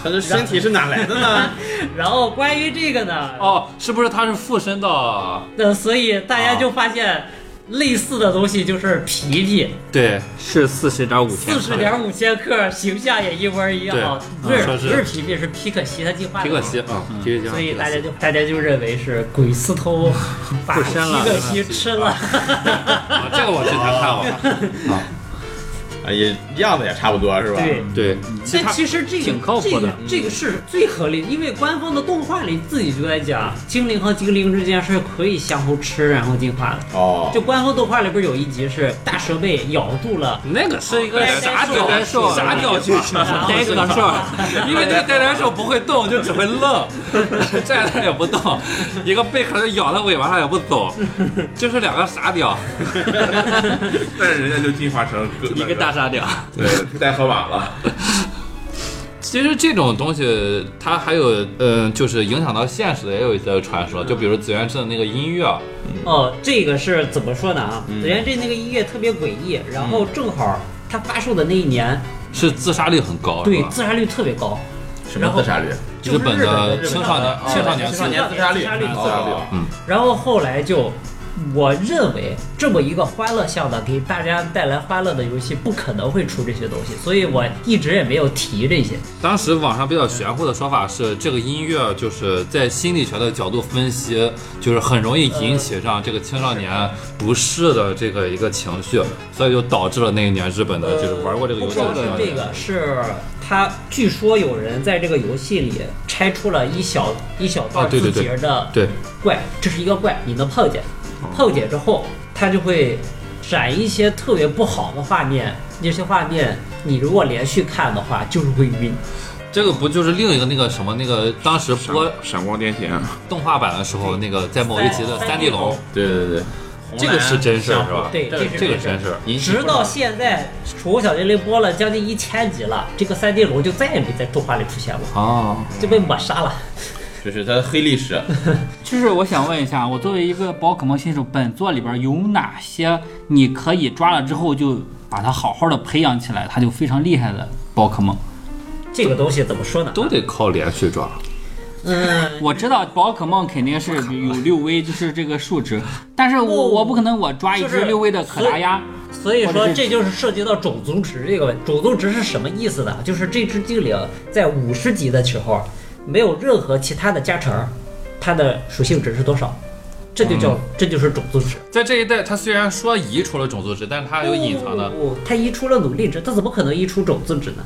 S1: 他这身体是哪来的呢？
S5: 然后关于这个呢，
S4: 哦，是不是他是附身到？
S5: 那所以大
S4: 啊
S5: 家就发现类似的东西就是皮皮，
S4: 对
S6: 是四十点五千
S5: 四
S6: 克，
S5: 十点五千克，形象也一模一样。啊不
S4: 对
S5: 是
S4: 嗯说
S5: 不
S4: 是
S5: 是皮皮，是皮可西他进化的
S4: 皮
S5: 嘛
S4: 克西啊，皮克西，
S5: 所以
S4: 皮克嗯
S5: 大
S4: 西
S5: 家就大家就认为是鬼斯通把
S6: 附
S5: 皮
S6: 身了
S5: 克西吃了，
S4: 啊，这个我之前看过。
S1: 啊，也样子也差不多是吧？
S5: 对。
S4: 对，嗯其实
S5: 但
S4: 他
S5: 其实这个
S6: 挺靠谱的
S5: 这个，这
S4: 嗯
S5: 个是最合理的，因为官方的动画里自己就在讲，精灵和精灵之间是可以相互吃然后进化的。
S1: 哦，
S5: 就官方动画里不是有一集是大蛇被咬住了，
S4: 那个是一
S6: 哎
S4: 个傻
S5: 呆
S4: 屌
S5: 呆兽
S4: 傻屌剧情，
S6: 呆个 事儿，
S4: 因为那个呆呆兽不会动，就只会愣， 站那儿也不动，一个贝壳就咬在尾巴上也不走，就是两个傻屌。
S2: 但是人家就进化成
S6: 一个大傻屌。
S2: 对带河马了。
S4: 其实这种东西，它还有，呃，就是影响到现实的也有一些传说，就比如紫源镇的那个音乐，啊
S5: 哦，这个是怎么说呢啊？
S4: 嗯
S5: 紫源镇那个音乐特别诡异，然后正好它发售的那一年，
S4: 是自杀率很高，
S5: 对
S4: 是吧
S5: 自杀率特别高，
S1: 啊什么自杀率？
S5: 就是
S4: 日本的
S5: 日
S4: 青少年青少年
S1: 青少年自杀率，
S5: 自杀率
S1: 自
S5: 自
S1: 杀
S5: 杀
S1: 率
S5: 率，
S1: 嗯
S5: 然后后来就，我认为这么一个欢乐向的给大家带来欢乐的游戏，不可能会出这些东西，所以我一直也没有提这些。
S4: 当时网上比较玄乎的说法是，这个音乐就是在心理学的角度分析，就是很容易引起让这个青少年不适的这个一个情绪，所以就导致了那一年日本的呃就是玩过这个游戏
S5: 不
S4: 的
S5: 光
S4: 青
S5: 是
S4: 少
S5: 这
S4: 年。
S5: 个，是他据说有人在这个游戏里拆出了一小一小段
S4: 啊对对
S5: 字
S4: 对
S5: 节的
S4: 对，
S5: 怪，这是一个怪，你能碰见，
S4: 哦
S5: 碰见之后，它就会闪一些特别不好的画面，那些画面你如果连续看的话，就是会晕。
S4: 这个不就是另一个那个什么那个当时播
S2: 闪光癫痫，啊
S4: 动画版的时候，那个在某一集的
S5: 三
S4: 三 D 龙，
S1: 对对对，
S4: 这个是真事儿是吧？
S5: 对，
S1: 这
S5: 这
S1: 个
S5: 是
S4: 这个
S5: 真
S4: 真事儿。
S1: 引起
S5: 直
S1: 不
S5: 到
S1: 少
S5: 现在，《宠物小精灵》播了将近一千集了，这个三 D 龙就再也没在动画里出现过，
S4: 哦，
S5: 就被抹杀了。
S1: 就是它的黑历史，
S6: 就是我想问一下，我作为一个宝可梦新手，本作里边有哪些你可以抓了之后就把它好好的培养起来，它就非常厉害的宝可梦？
S5: 这个东西怎么说呢？
S4: 都得靠连续抓。
S5: 嗯，
S6: 我知道宝可梦肯定是有六威，就是这个数值，但是我
S5: 不
S6: 我不可能我抓一
S5: 就
S6: 只
S5: 是
S6: 六威的可达鸭，
S5: 所以
S6: 或
S5: 说
S6: 者是
S5: 这就是涉及到种族值这个问题。种族值是什么意思呢？就是这只精灵在五十级的时候，没有任何其他的加成，它的属性值是多少？这就
S6: 嗯
S5: 叫、这就是种族值。
S4: 在这一代，它虽然说移除了种族值，但是它还有隐藏的。
S5: 不，哦它移出了努力值，它怎么可能移出种子值呢？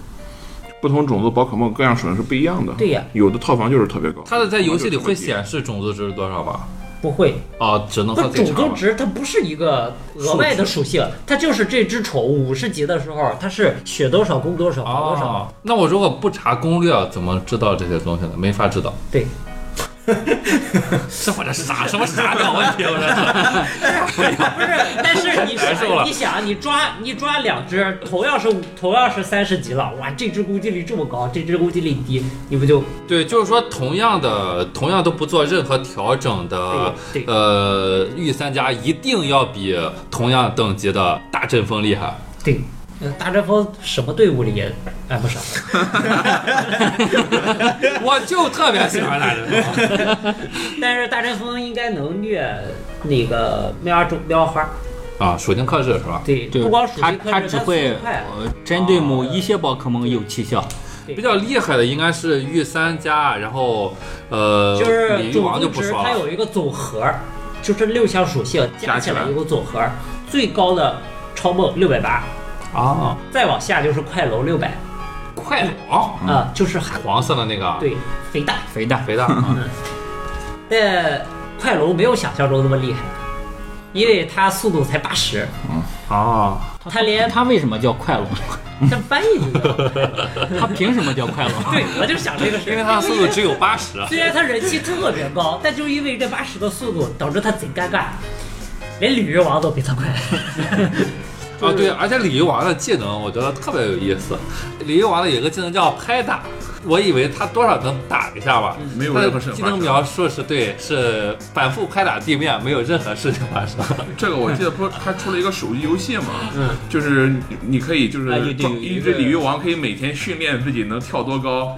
S2: 不同种族宝可梦各样属性是不一样的。
S5: 对呀
S2: 有的套房就是特别高。
S4: 它的在游戏里会显示种族值是多少吧？
S5: 不会，
S4: 哦，只能
S5: 不
S4: 靠
S5: 是
S4: 自己
S5: 种
S4: 查
S5: 族
S4: 吧。
S5: 值，它不是一个额外的属性，它就是这只宠五十级的时候，它是血多少攻多少防多少。
S4: 哦，那我如果不查攻略，啊怎么知道这些东西呢？没法知道。
S5: 对，
S4: 这我这傻什么傻屌问题？我啊这
S5: 不是， 但是你
S4: 难受了
S5: 想，你想，你抓你抓两只，同样是五同样是三十级了，哇，这只攻击力这么高，这只攻击力低，你不就
S4: 对，就是说同样的，同样都不做任何调整的，
S5: 对对
S4: 呃，御三家一定要比同样等级的大阵风厉害。
S5: 对？呃大阵风什么队伍里也哎不上，
S4: 我就特别喜欢大阵风。
S5: 但是大阵风应该能虐那个妙蛙中妙蛙花，
S4: 啊，属性克制是吧？
S5: 对，
S6: 就
S5: 不光属性
S6: 它
S5: 克制，
S6: 它只
S5: 速度
S6: 会
S5: 快
S6: 呃针对某一些宝可梦有奇效。
S4: 比较厉害的应该是御三家，然后呃，
S5: 就是
S4: 鲤鱼
S5: 种
S4: 王
S5: 族
S4: 就不
S5: 值
S4: 说
S5: 它
S4: 了。
S5: 有一个总和，就是六项属性加起来一个总和，最高的超梦六百八，
S4: 啊，
S5: 再往下就是快龙六百
S4: 快龙，
S5: 啊，就是海
S4: 黄色的那个，，
S5: 啊对肥大，
S6: 肥大，
S4: 肥大，啊
S5: 但快龙没有想象中那么厉害，因为它速度才八十，哦
S4: 啊，
S5: 它连
S6: 它为什么叫 快龙？
S5: 它翻译就叫
S6: 它凭什么叫快龙？
S5: 对，我就想这个事
S4: 因为
S5: 儿。
S4: 它的速度只有八十。
S5: 虽然它人气特别高，但就因为这八十的速度，导致它贼尴尬，连鲤鱼王都比它快。
S4: 啊，对，而且鲤鱼王的技能我觉得特别有意思。鲤鱼王的有一个技能叫拍打，我以为他多少能打一下吧，
S2: 没有
S4: 他
S2: 任何
S4: 的
S2: 事情
S4: 技
S2: 发
S4: 能
S2: 生。
S4: 苗说是对，是反复拍打地面，没有任何事情发生。
S2: 这个我记得不是他出了一个手机游戏嘛，
S6: 嗯
S2: 就是你你可以就是
S5: 哎有有有
S2: 一只鲤鱼王可以每天训练自己能跳多 高，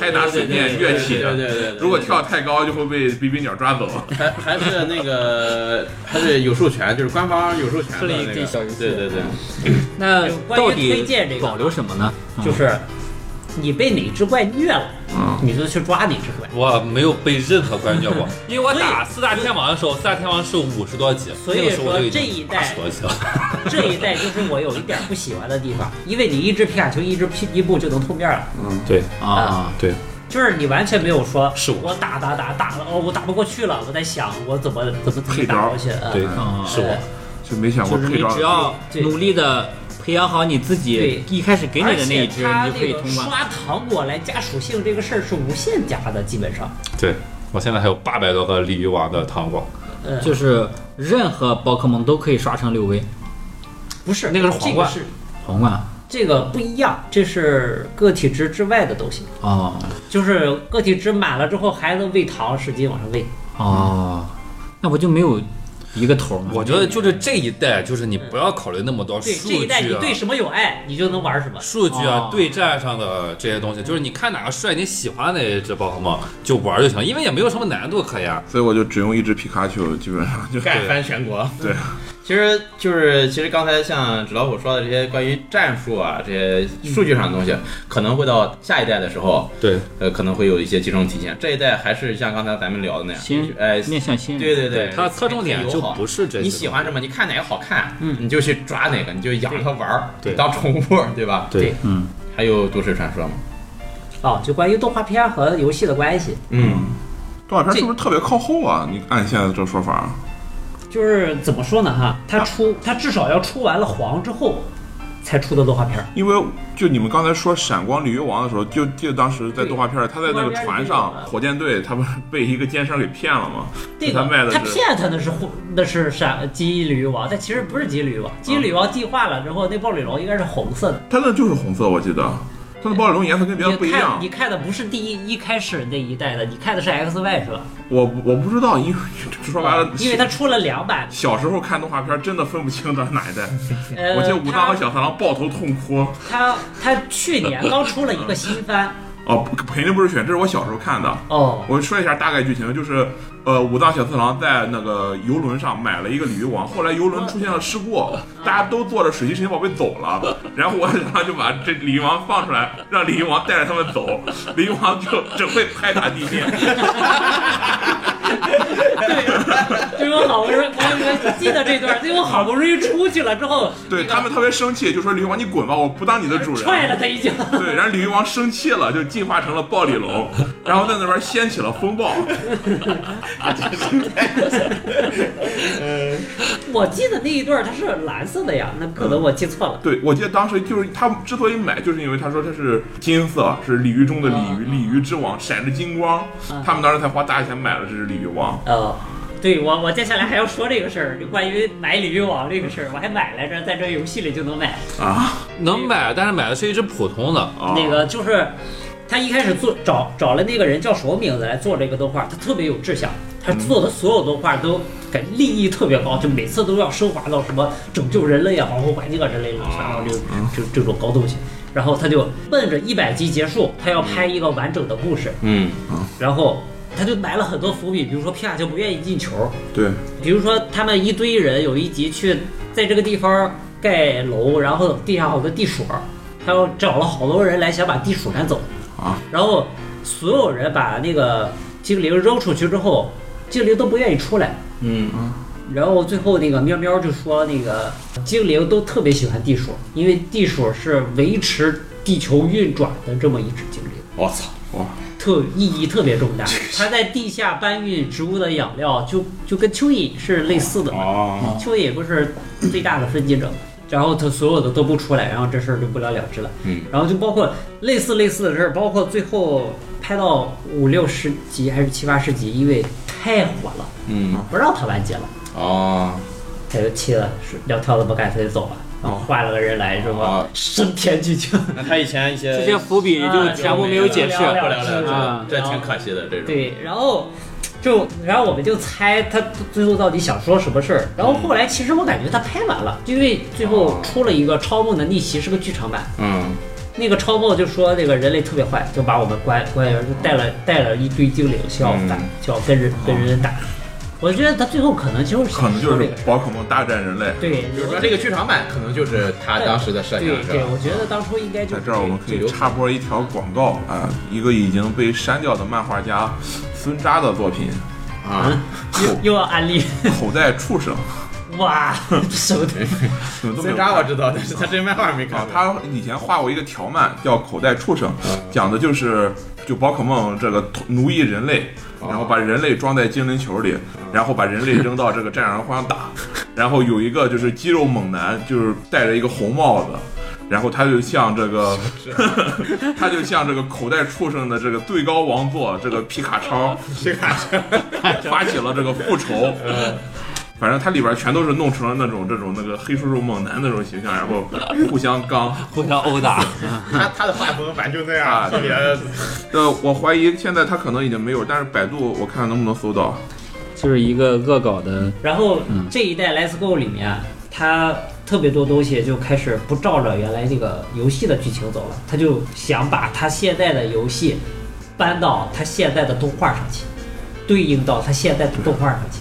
S2: 拍打水面跃起
S1: 对对对对对，
S2: 如果跳太高就会被比比鸟抓 走。
S1: 还还是那个还是有授权，就是官方有授权的
S6: 是了一
S1: 那
S6: 个
S1: 个
S6: 小游戏
S1: 对对对，
S6: 那到
S5: 关于推
S6: 底
S5: 荐这个
S6: 保留什么呢？
S5: 就是你被哪只怪虐了，你就去抓哪只怪。
S4: 我没有被任何关掉过，因为我打四大天王的时候，四大天王是五十多级，
S5: 所以
S4: 那个时候我就已
S5: 说这
S4: 经
S5: 一代
S4: 八十多级了。
S5: 这一代就是我有一点不喜欢的地方，因为你一只皮卡丘一只皮伊布就能透面了，
S4: 对
S6: 啊，
S4: 对，
S5: 就是你完全没有说
S4: 是我
S5: 我打打打打了哦，我打不过去了，我在想我怎么怎么怎么
S2: 配
S5: 打
S2: 招
S5: 过去。嗯
S4: 对
S6: 啊
S4: 是我。
S2: 就没想过
S6: 就是
S2: 配
S6: 你
S2: 招
S6: 只要
S5: 对
S6: 努力的培养好你自己
S5: 对，
S6: 一开始给你
S5: 而
S6: 的那
S5: 且
S6: 一只，
S5: 它
S6: 你就可以
S5: 那个
S6: 通关。
S5: 刷糖果来加属性这个事儿是无限加的，基本上。
S4: 对，我现在还有八百多个鲤鱼王的糖果，
S5: 嗯，
S6: 就是任何宝可梦都可以刷成六维
S5: 不是
S4: 那个是皇冠
S5: 这个是
S6: 皇冠
S5: 这个不一样，这是个体值之外的东西，
S6: 哦
S5: 就是个体值满了之后还能喂糖，使劲往上喂。
S6: 哦，那不就没有一个头吗？
S4: 我觉得就是这一代，就是你不要考虑那么多
S5: 对，
S4: 数
S5: 这一
S4: 据
S5: 代你
S4: 啊。
S5: 对什么有爱，你就能玩什么。
S4: 数据啊
S6: 哦，
S4: 对战上的这些东西，就是你看哪个帅，你喜欢哪一只宝可梦就玩就行，因为也没有什么难度可言。
S2: 所以我就只用一只皮卡丘，基本上
S6: 哎
S2: 就
S1: 干翻全国。
S2: 对，
S1: 其实就是其实刚才像纸老虎说的这些关于战术啊这些
S4: 嗯
S1: 数据上的东西，可能会到下一代的时候，
S4: 对，
S1: 呃，可能会有一些集中体现。这一代还是像刚才咱们聊的那样，
S6: 新
S1: 哎，
S6: 面向新人，
S1: 对对对，
S4: 它的侧重点就不是这些嗯
S1: 你喜欢什么，你看哪个好看，你就去抓哪个，你就养它玩儿，
S4: 对
S1: 当宠物，对吧？
S4: 对，
S6: 嗯，
S1: 还有都市传说嘛，
S5: 哦，就关于动画片和游戏的关系，
S1: 嗯，
S2: 动画片是不是特别靠后啊？你按现在这说法，
S5: 就是怎么说呢哈，它出它至少要出完了黄之后，才出的动画片。
S2: 因为就你们刚才说闪光鲤鱼王的时候，就记得当时在动画片儿，他在那个船上，火箭队他不是被一个奸商给骗了吗？
S5: 这
S2: 他
S5: 个
S2: 卖的
S5: 他
S2: 是
S5: 骗他那是黄那是闪金翼鲤鱼王，但其实不是金翼鲤鱼
S2: 啊
S5: 王，金翼鲤鱼王进化了之后，那暴鲤龙应该是红色的。
S2: 他那就是红色，我记得，他那暴鲤龙颜色跟别的不
S5: 你
S2: 一
S5: 看
S2: 样
S5: 你。看的不是第一一开始那一代的，你看的是 X Y 是吧？
S2: 我我不知道，因为说白了，
S5: 因为它出了两版，
S2: 小时候看动画片儿真的分不清这是哪一代。
S5: 呃，
S2: 我记得武藏
S5: 它
S2: 和小三郎抱头痛哭。
S5: 他他去年刚出了一个新 番
S2: 哦，不肯定不是选，这是我小时候看的。
S5: 哦，
S2: 我说一下大概剧情，就是，呃，武藏小次郎在那个游轮上买了一个鲤鱼王，后来游轮出现了事故，大家都坐着水晶神奇宝贝走了，然后我然后就把这鲤鱼王放出来，让鲤鱼王带着他们走，鲤鱼王就只会拍打地面，
S5: 对我好不容易，我我记得这段，因为我好不容易出去了之后，
S2: 对他们特别生气，就说鲤鱼王你滚吧，我不当你的主
S5: 踹
S2: 人。
S5: 了他一脚。
S2: 对，然后鲤鱼王生气了，就进化成了暴鲤龙，然后在那边掀起了风暴。
S5: 我记得那一段它是蓝色的呀，那可能我记错了。
S2: 对，我记得当时就是他之所以买，就是因为他说它是金色，是鲤鱼中的鲤鱼，鲤鱼之王，闪着金光。他们当时才花大钱买了这只鲤鱼王。
S5: 哦，对我我接下来还要说这个事儿，就关于买鲤鱼王这个事儿，我还买来着，在这游戏里就能买。
S4: 能买，但是买的是一只普通的。
S2: 啊
S5: 那个就是他一开始做找找了那个人叫什么名字来做这个动画，他特别有志向，他做的所有动画都感觉利益特别高，就每次都要升华到什么拯救人类啊，保护环境啊之类的，然后就就这种高度去。然后他就奔着一百集结束，他要拍一个完整的故事，
S1: 嗯，
S5: 然后他就埋了很多伏笔，比如说皮卡丘不愿意进球，
S2: 对，
S5: 比如说他们一堆人有一集去在这个地方盖楼，然后地下好多地鼠，还有找了好多人来想把地鼠赶走
S2: 啊，
S5: 然后所有人把那个精灵扔出去之后，精灵都不愿意出来，
S1: 嗯，
S5: 然后最后那个喵喵就说那个精灵都特别喜欢地鼠，因为地鼠是维持地球运转的这么一只精灵。
S1: 我操，
S5: 特意义特别重大，它在地下搬运植物的养料，就就跟蚯蚓是类似的嘛。
S2: 嗯
S1: 哦，
S5: 蚯蚓不是最大的分解者，然后他所有的都不出来，然后这事儿就不了了之了。
S1: 嗯，
S5: 然后就包括类似类似的事儿，包括最后拍到五六十集还是七八十集，因为太火了，
S1: 嗯，
S5: 不让它完结了，
S1: 哦，
S5: 他就气了，是撂挑子不干，他就走了。然后换了个人来是吧？
S1: 哦
S5: 升天去就
S1: 那他以前一些
S6: 这些伏笔
S5: 啊
S6: 就全部没有解释
S1: 不。了了之
S6: 啊
S1: 这挺可惜的这种。
S5: 嗯对，然后就然后我们就猜他最后到底想说什么事儿。然后后来其实我感觉他拍完了，因为最后出了一个《超梦的逆袭》是个剧场版，
S1: 嗯，
S5: 那个超梦就说那个人类特别坏，就把我们官官员就带了带了一堆精灵，就要打，就要跟人跟人打。我觉得他最后可能就是
S2: 可能就
S5: 想说
S2: 是
S5: 这个事儿
S2: 宝可梦大战人类。
S5: 对，
S1: 就是说这个剧场版可能就是他当时的设
S5: 对
S1: 想是
S5: 对，
S1: 吧？
S5: 我觉得当初应该就
S2: 在
S5: 是
S2: 这儿我们可以插播一条广告啊、一个已经被删掉的漫画家孙扎的作品
S1: 啊，
S5: 又又要安利，
S2: 《口袋畜生》，
S5: 哇，什么东西？
S2: 你们都没
S1: 森
S2: 有
S1: 扎我
S2: 看。
S1: 知道，但是哦他这漫画没看
S2: 啊，
S1: 过。
S2: 他以前画过一个条漫叫《口袋畜生》，讲的就是就宝可梦这个奴役人类，然后把人类装在精灵球里，然后把人类扔到这个战场上互相打，然后有一个就是肌肉猛男，就是戴着一个红帽子，然后他就像这个， 他就像这个口袋畜生的这个最高王座这个皮卡超，皮卡超 发起了这个复仇。反正它里边全都是弄成了那种这种那个黑叔叔猛男那种形象，然后互相刚。
S4: 互相殴打，
S1: 他他的画风反正就那
S2: 啊
S1: 样，特别
S2: 呃，我怀疑现在它可能已经没有，但是百度我看能不能搜到。
S6: 就是一个恶搞的，
S5: 然后
S1: 嗯
S5: 这一代 Let's Go 里面，它特别多东西就开始不照着原来这个游戏的剧情走了，他就想把他现在的游戏搬到他现在的动画上去，对应到他现在的动画上去。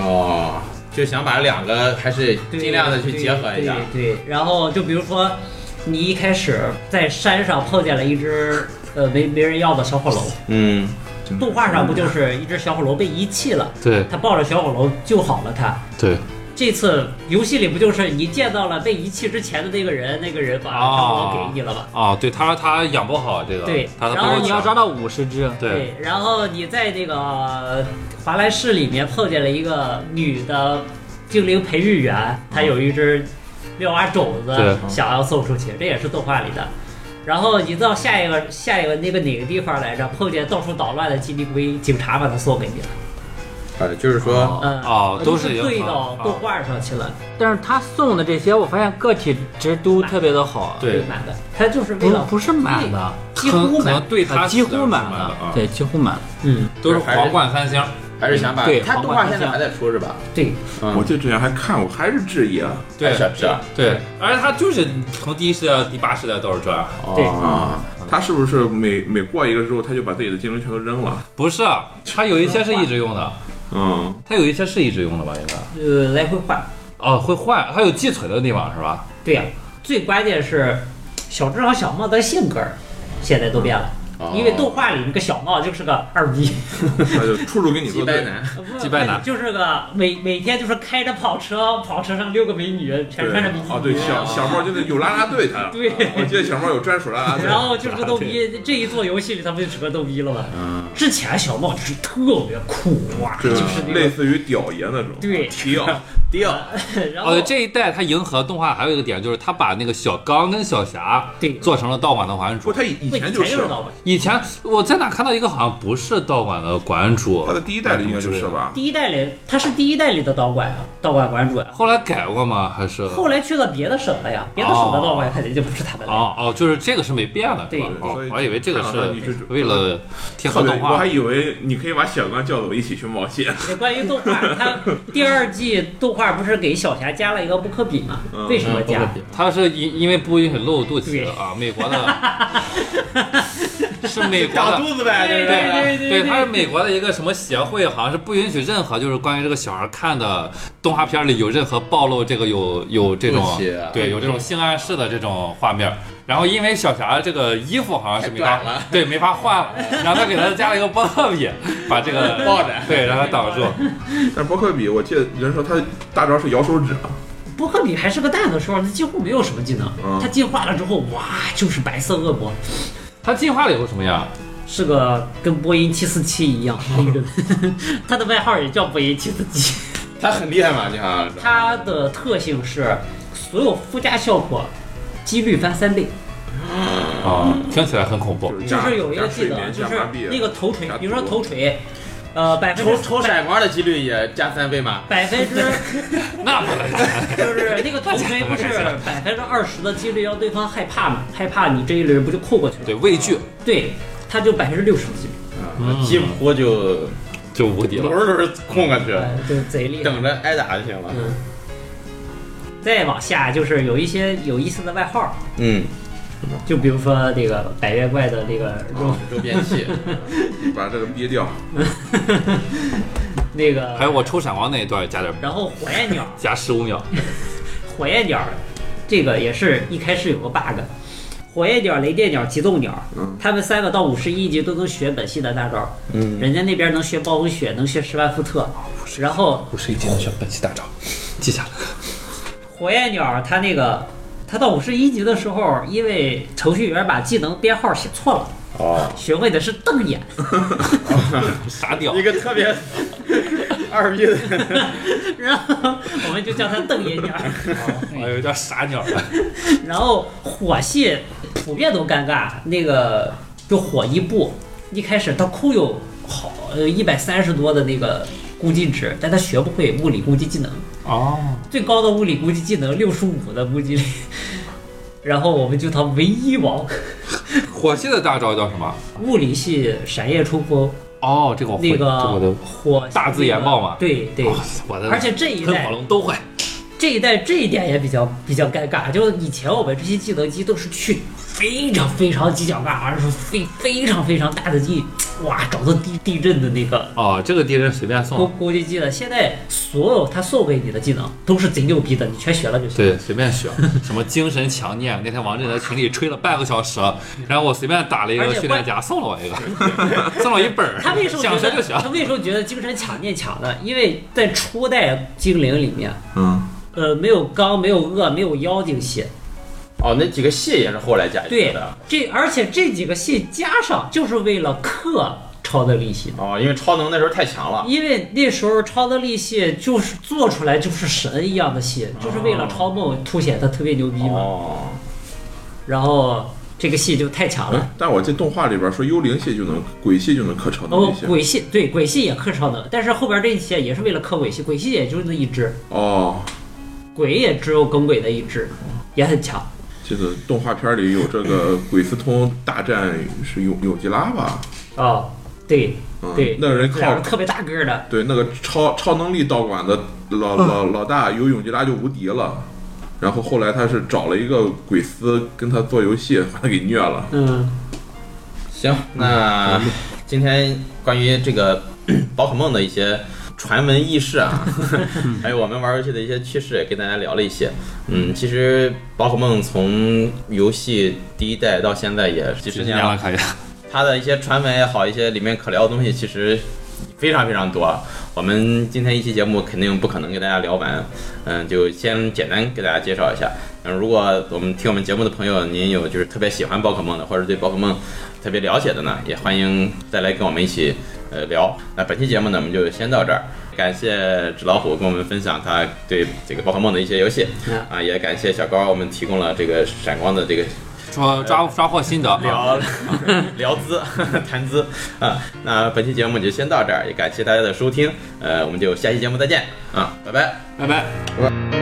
S1: 哦，就想把两个还是
S5: 对
S1: 尽量的去结合一下。
S5: 对对对然后就比如说，你一开始在山上碰见了一只呃没没人要的小火龙，
S1: 嗯，
S5: 动画上不就是一只小火龙被遗弃了，
S4: 对
S5: 他抱着小火龙救好了它。
S4: 对，
S5: 这次游戏里不就是你见到了被遗弃之前的那个人，那个人
S4: 啊
S5: 把小火龙给你了吗？
S4: 哦，对他他养不好这个，
S5: 对
S4: 他的
S5: 然后
S4: 包
S6: 你要
S4: 养
S6: 抓到五十只，
S4: 对，
S5: 然后你在那个呃华莱士里面碰见了一个女的精灵培育员，她有一只妙蛙种子
S4: 对
S5: 想要送出去，这也是动画里的。然后你到下一个下一个那个哪个地方来着？碰见到处捣乱的基地龟，警察把它送给你了。
S1: 呃，就是说，
S5: 嗯，
S4: 哦
S5: 都
S4: 都是啊
S5: 对
S4: 影
S5: 到
S4: 响
S5: 动画上去了，
S6: 但是他送的这些，我发现个体值都特别的好，
S4: 对
S5: 满的，它就是为
S6: 不
S5: 了
S6: 不是满的，
S5: 几乎
S4: 可
S5: 满
S4: 能，对他
S6: 啊几乎满
S4: 了，
S6: 了
S4: 啊，
S6: 对，几乎满了。
S5: 嗯，
S4: 都是皇冠三星，
S1: 还是想把
S6: 对
S1: 他动画现在还在出是吧？
S5: 对，
S1: 嗯
S2: 我记得之前还看过，还是质疑啊。
S4: 对
S1: 是是啊，
S4: 对，而且他就是从第一世代到第八世代都是这样，
S5: 对
S1: 哦，
S2: 啊他是不是每每过一个之后，他就把自己的精灵全都扔了？
S4: 不是，他有一些是一直用的，
S2: 嗯，
S4: 他有一些是一直用的吧，应该，
S5: 呃，来回换。
S4: 哦，会换，还有寄存的地方是吧？
S5: 对呀、最关键是小智和小茂的性格儿现在都变了，
S1: 哦
S5: 因为动画里那个小茂就是个二逼，
S2: 他就处处跟你
S1: 击
S2: 作
S1: 败
S2: 对。
S1: 男，
S4: 击败男
S5: 就是个每每天就是开着跑车，跑车上六个美女，全
S2: 对
S5: 穿着比基尼。
S2: 啊，对小小猫就是有啦啦队，他
S5: 对
S2: 我记得小猫有专属啦啦队
S5: 然，后就是个逗逼，这一做游戏里他不就成个逗逼了吗？之前小茂就是特别酷哇，
S2: 对
S5: 就是那
S2: 类
S5: 个
S2: 似于屌爷那种，
S5: 对
S2: 提奥，
S1: 第二，
S5: 然
S4: 哦，
S5: 后
S4: 对，这一代他迎合动画还有一个点，就是他把那个小刚跟小霞
S5: 对
S4: 做成了盗版的还
S2: 不，
S4: 主。
S2: 他以以
S5: 以
S2: 前就是是，
S5: 盗版
S4: 以前我在哪看到一个好像不是盗版的馆主
S2: 他，的第一代里应该就是吧？
S5: 第一代里他是第一代里的导管啊，导管馆主啊，
S4: 后来改过吗？还是？
S5: 后来去了别的省了呀，别的省的导管肯定就不是他们了。
S4: 哦哦，就是这个是没变的，是
S5: 对
S4: 吧？
S2: 所
S4: 哦
S2: 以，
S4: 我还以为这个
S2: 看到它你就是嗯
S4: 为了贴合
S2: 特别，
S4: 动
S2: 我
S4: 画
S2: 还。以为你可以把小刚叫走一起去冒险。
S5: 那关于动画，它第二季动画不是给小霞加了一个不可比吗？
S2: 嗯
S5: 为什么 加？
S4: 他是因因为不允许露肚脐
S5: 对
S4: 啊，美国的， 是美国的，
S1: 子呗
S5: 对
S1: 就是
S5: 对
S4: 对，它是美国的一个什么协会，好像是不允许任何就是关于这个小孩看的动画片里有任何暴露这个有有这种
S1: 不起啊
S4: 对有这种性暗示的这种画面。然后因为小霞这个衣服好像是没法
S1: 太短了
S4: 对没法换了，然后他给他加了一个包比，把这个
S1: 抱着
S4: 对让他挡住。
S2: 但是伯克比，我记得人说他大招是摇手指嘛，
S5: 不可比还是个蛋的时候，它几乎没有什么技能
S2: 嗯。
S5: 它进化了之后，哇，就是白色恶魔，
S4: 他进化了以后什么样？
S5: 是个跟波音七四七一样黑人。它的外号也叫波音七四七。
S1: 他很厉害嘛，你看，
S5: 它的特性是所有附加效果几率翻三倍，
S4: 啊，听起来很恐怖
S2: 就。是
S5: 就
S2: 加
S5: 是有一个
S2: 加
S5: 技
S2: 睡
S5: 能，
S2: 眠
S5: 就
S2: 加
S5: 是
S2: 麻痹，
S5: 那个头锤
S2: 加，毒
S5: 比如说头锤，呃，百 分
S1: 抽
S5: 之
S1: 抽骰瓜的几率也加三倍吗？
S5: 百分之
S4: 那不能讲。
S5: 就是那个头盔不是百分之二十的几率让对方害怕吗？害怕你这一轮不就扣过去了？
S4: 对，畏惧
S5: 对，他就百分之六十的几率，
S1: 几乎就
S4: 就无敌
S1: 嗯轮
S4: 了。
S1: 儿轮儿空过去，
S5: 哎就贼厉害。
S1: 等着挨打就行了。
S5: 嗯，再往下就是有一些有意思的外号，
S1: 嗯，
S5: 就比如说那个百变怪的那个肉，
S1: 周边器，
S2: 把这个憋掉。
S5: 那个
S4: 还有我抽闪光那一段加点
S5: 然后火焰鸟，
S4: 加十五秒，
S5: 火焰鸟这个也是一开始有个 bug。火焰鸟、雷电鸟、极冻鸟，他们三个到五十一级都能学本系的大招。嗯，人家那边能学暴风雪，能学十万伏特，然后
S4: 五十一级能选本期大招，记下来。
S5: 火焰鸟它那个，它到五十一级的时候，因为程序员把技能编号写错了，
S1: 哦，
S5: 学会的是瞪眼，
S4: 傻屌
S1: 一，个特 别二逼的，
S5: 然后我们就叫它瞪眼鸟。
S4: 哎呦，叫傻鸟了。
S5: 然后火系普遍都尴尬，那个就火一步，一开始他库有好呃一百三十多的那个攻击值，但他学不会物理攻击技能，
S4: 哦，
S5: 最高的物理攻击技能六十五的攻击力， 然后我们就他唯一王，
S4: 火系的大招叫什么？
S5: 物理系闪夜冲锋，
S4: 哦，这个我会，
S5: 那
S4: 这我
S5: 个
S4: 都。
S5: 火
S4: 大自研爆嘛
S5: 对对。
S4: 哇塞 我的，
S5: 而且这一
S4: 喷火
S5: 代，
S4: 龙都会，
S5: 这一代这一点也比较比较尴尬，就是以前我们这些技能机都是去非常非常犄角旮旯处非非常非常大的地，哇，找到地地震的那个
S4: 哦，这个敌人随便
S5: 攻
S4: 送，
S5: 攻击技能。现在所有他送给你的技能都是贼牛逼的，你全学了就行。
S4: 对，随便 选，什么精神强念，那天王震在群里吹了半个小时，然后我随便打了一
S5: 而
S4: 个
S5: 且
S4: 训练
S5: 关
S4: 家，送了我一个， 送了我一本儿，
S5: 他为什么
S4: 想
S5: 觉
S4: 学就
S5: 得
S4: 学，
S5: 他为什么觉得精神强念强呢？因为在初代精灵里面，
S2: 嗯，
S5: 呃，没有刚，没有恶，没有妖精系，
S1: 哦，那几个系也是后来加进去
S5: 对
S1: 的。，
S5: 这而且这几个系加上就是为了克超能力系。
S1: 哦，因为超能那时候太强了。
S5: 因为那时候超能力系就是做出来就是神一样的系，就是为了超梦凸显他特别牛逼嘛。
S1: 哦，
S5: 然后这个系就太强
S1: 嗯
S5: 了。
S2: 哎但我记得动画里边说幽灵系就能，鬼系就能克超能
S5: 哦
S2: 力系，。
S5: 鬼系对鬼系也克超能，但是后边这一些也是为了克鬼系，鬼系也就那一只，
S2: 哦，
S5: 鬼也只有耿鬼那一只，也很强。
S2: 记得动画片里有这 个鬼斯通大战是永永吉拉吧？
S5: 哦，对
S2: 嗯
S5: 对，啊
S2: 那人靠
S5: 两个特别大个儿的，
S2: 对，那个超超能力道馆的老
S5: 嗯
S2: 老老大有永吉拉就无敌了。然后后来他是找了一个鬼司跟他做游戏，把他给虐了。
S5: 嗯，
S1: 行，那今天关于这个 宝可梦的一些传闻轶事啊，还有我们玩游戏的一些趣事，也跟大家聊了一些。嗯，其实宝可梦从游戏第一代到现在也几十
S4: 十
S1: 年
S4: 年
S1: 了
S4: 了，，可以。
S1: 它的一些传闻也好，一些里面可聊的东西其实非常非常多。啊我们今天一期节目肯定不可能给大家聊完，嗯，就先简单给大家介绍一下。嗯，如果我们听我们节目的朋友，您有就是特别喜欢宝可梦的，或者对宝可梦特别了解的呢，也欢迎再来跟我们一起呃聊。那本期节目呢，我们就先到这儿。感谢纸老虎跟我们分享他对这个宝可梦的一些游戏
S5: 嗯，
S1: 啊，也感谢小高我们提供了这个闪光的这个
S4: 说抓抓获心得，
S1: 聊 聊资谈资啊。那本期节目就先到这儿，也感谢大家的收听，呃，我们就下期节目再见啊，拜拜。
S4: 拜拜。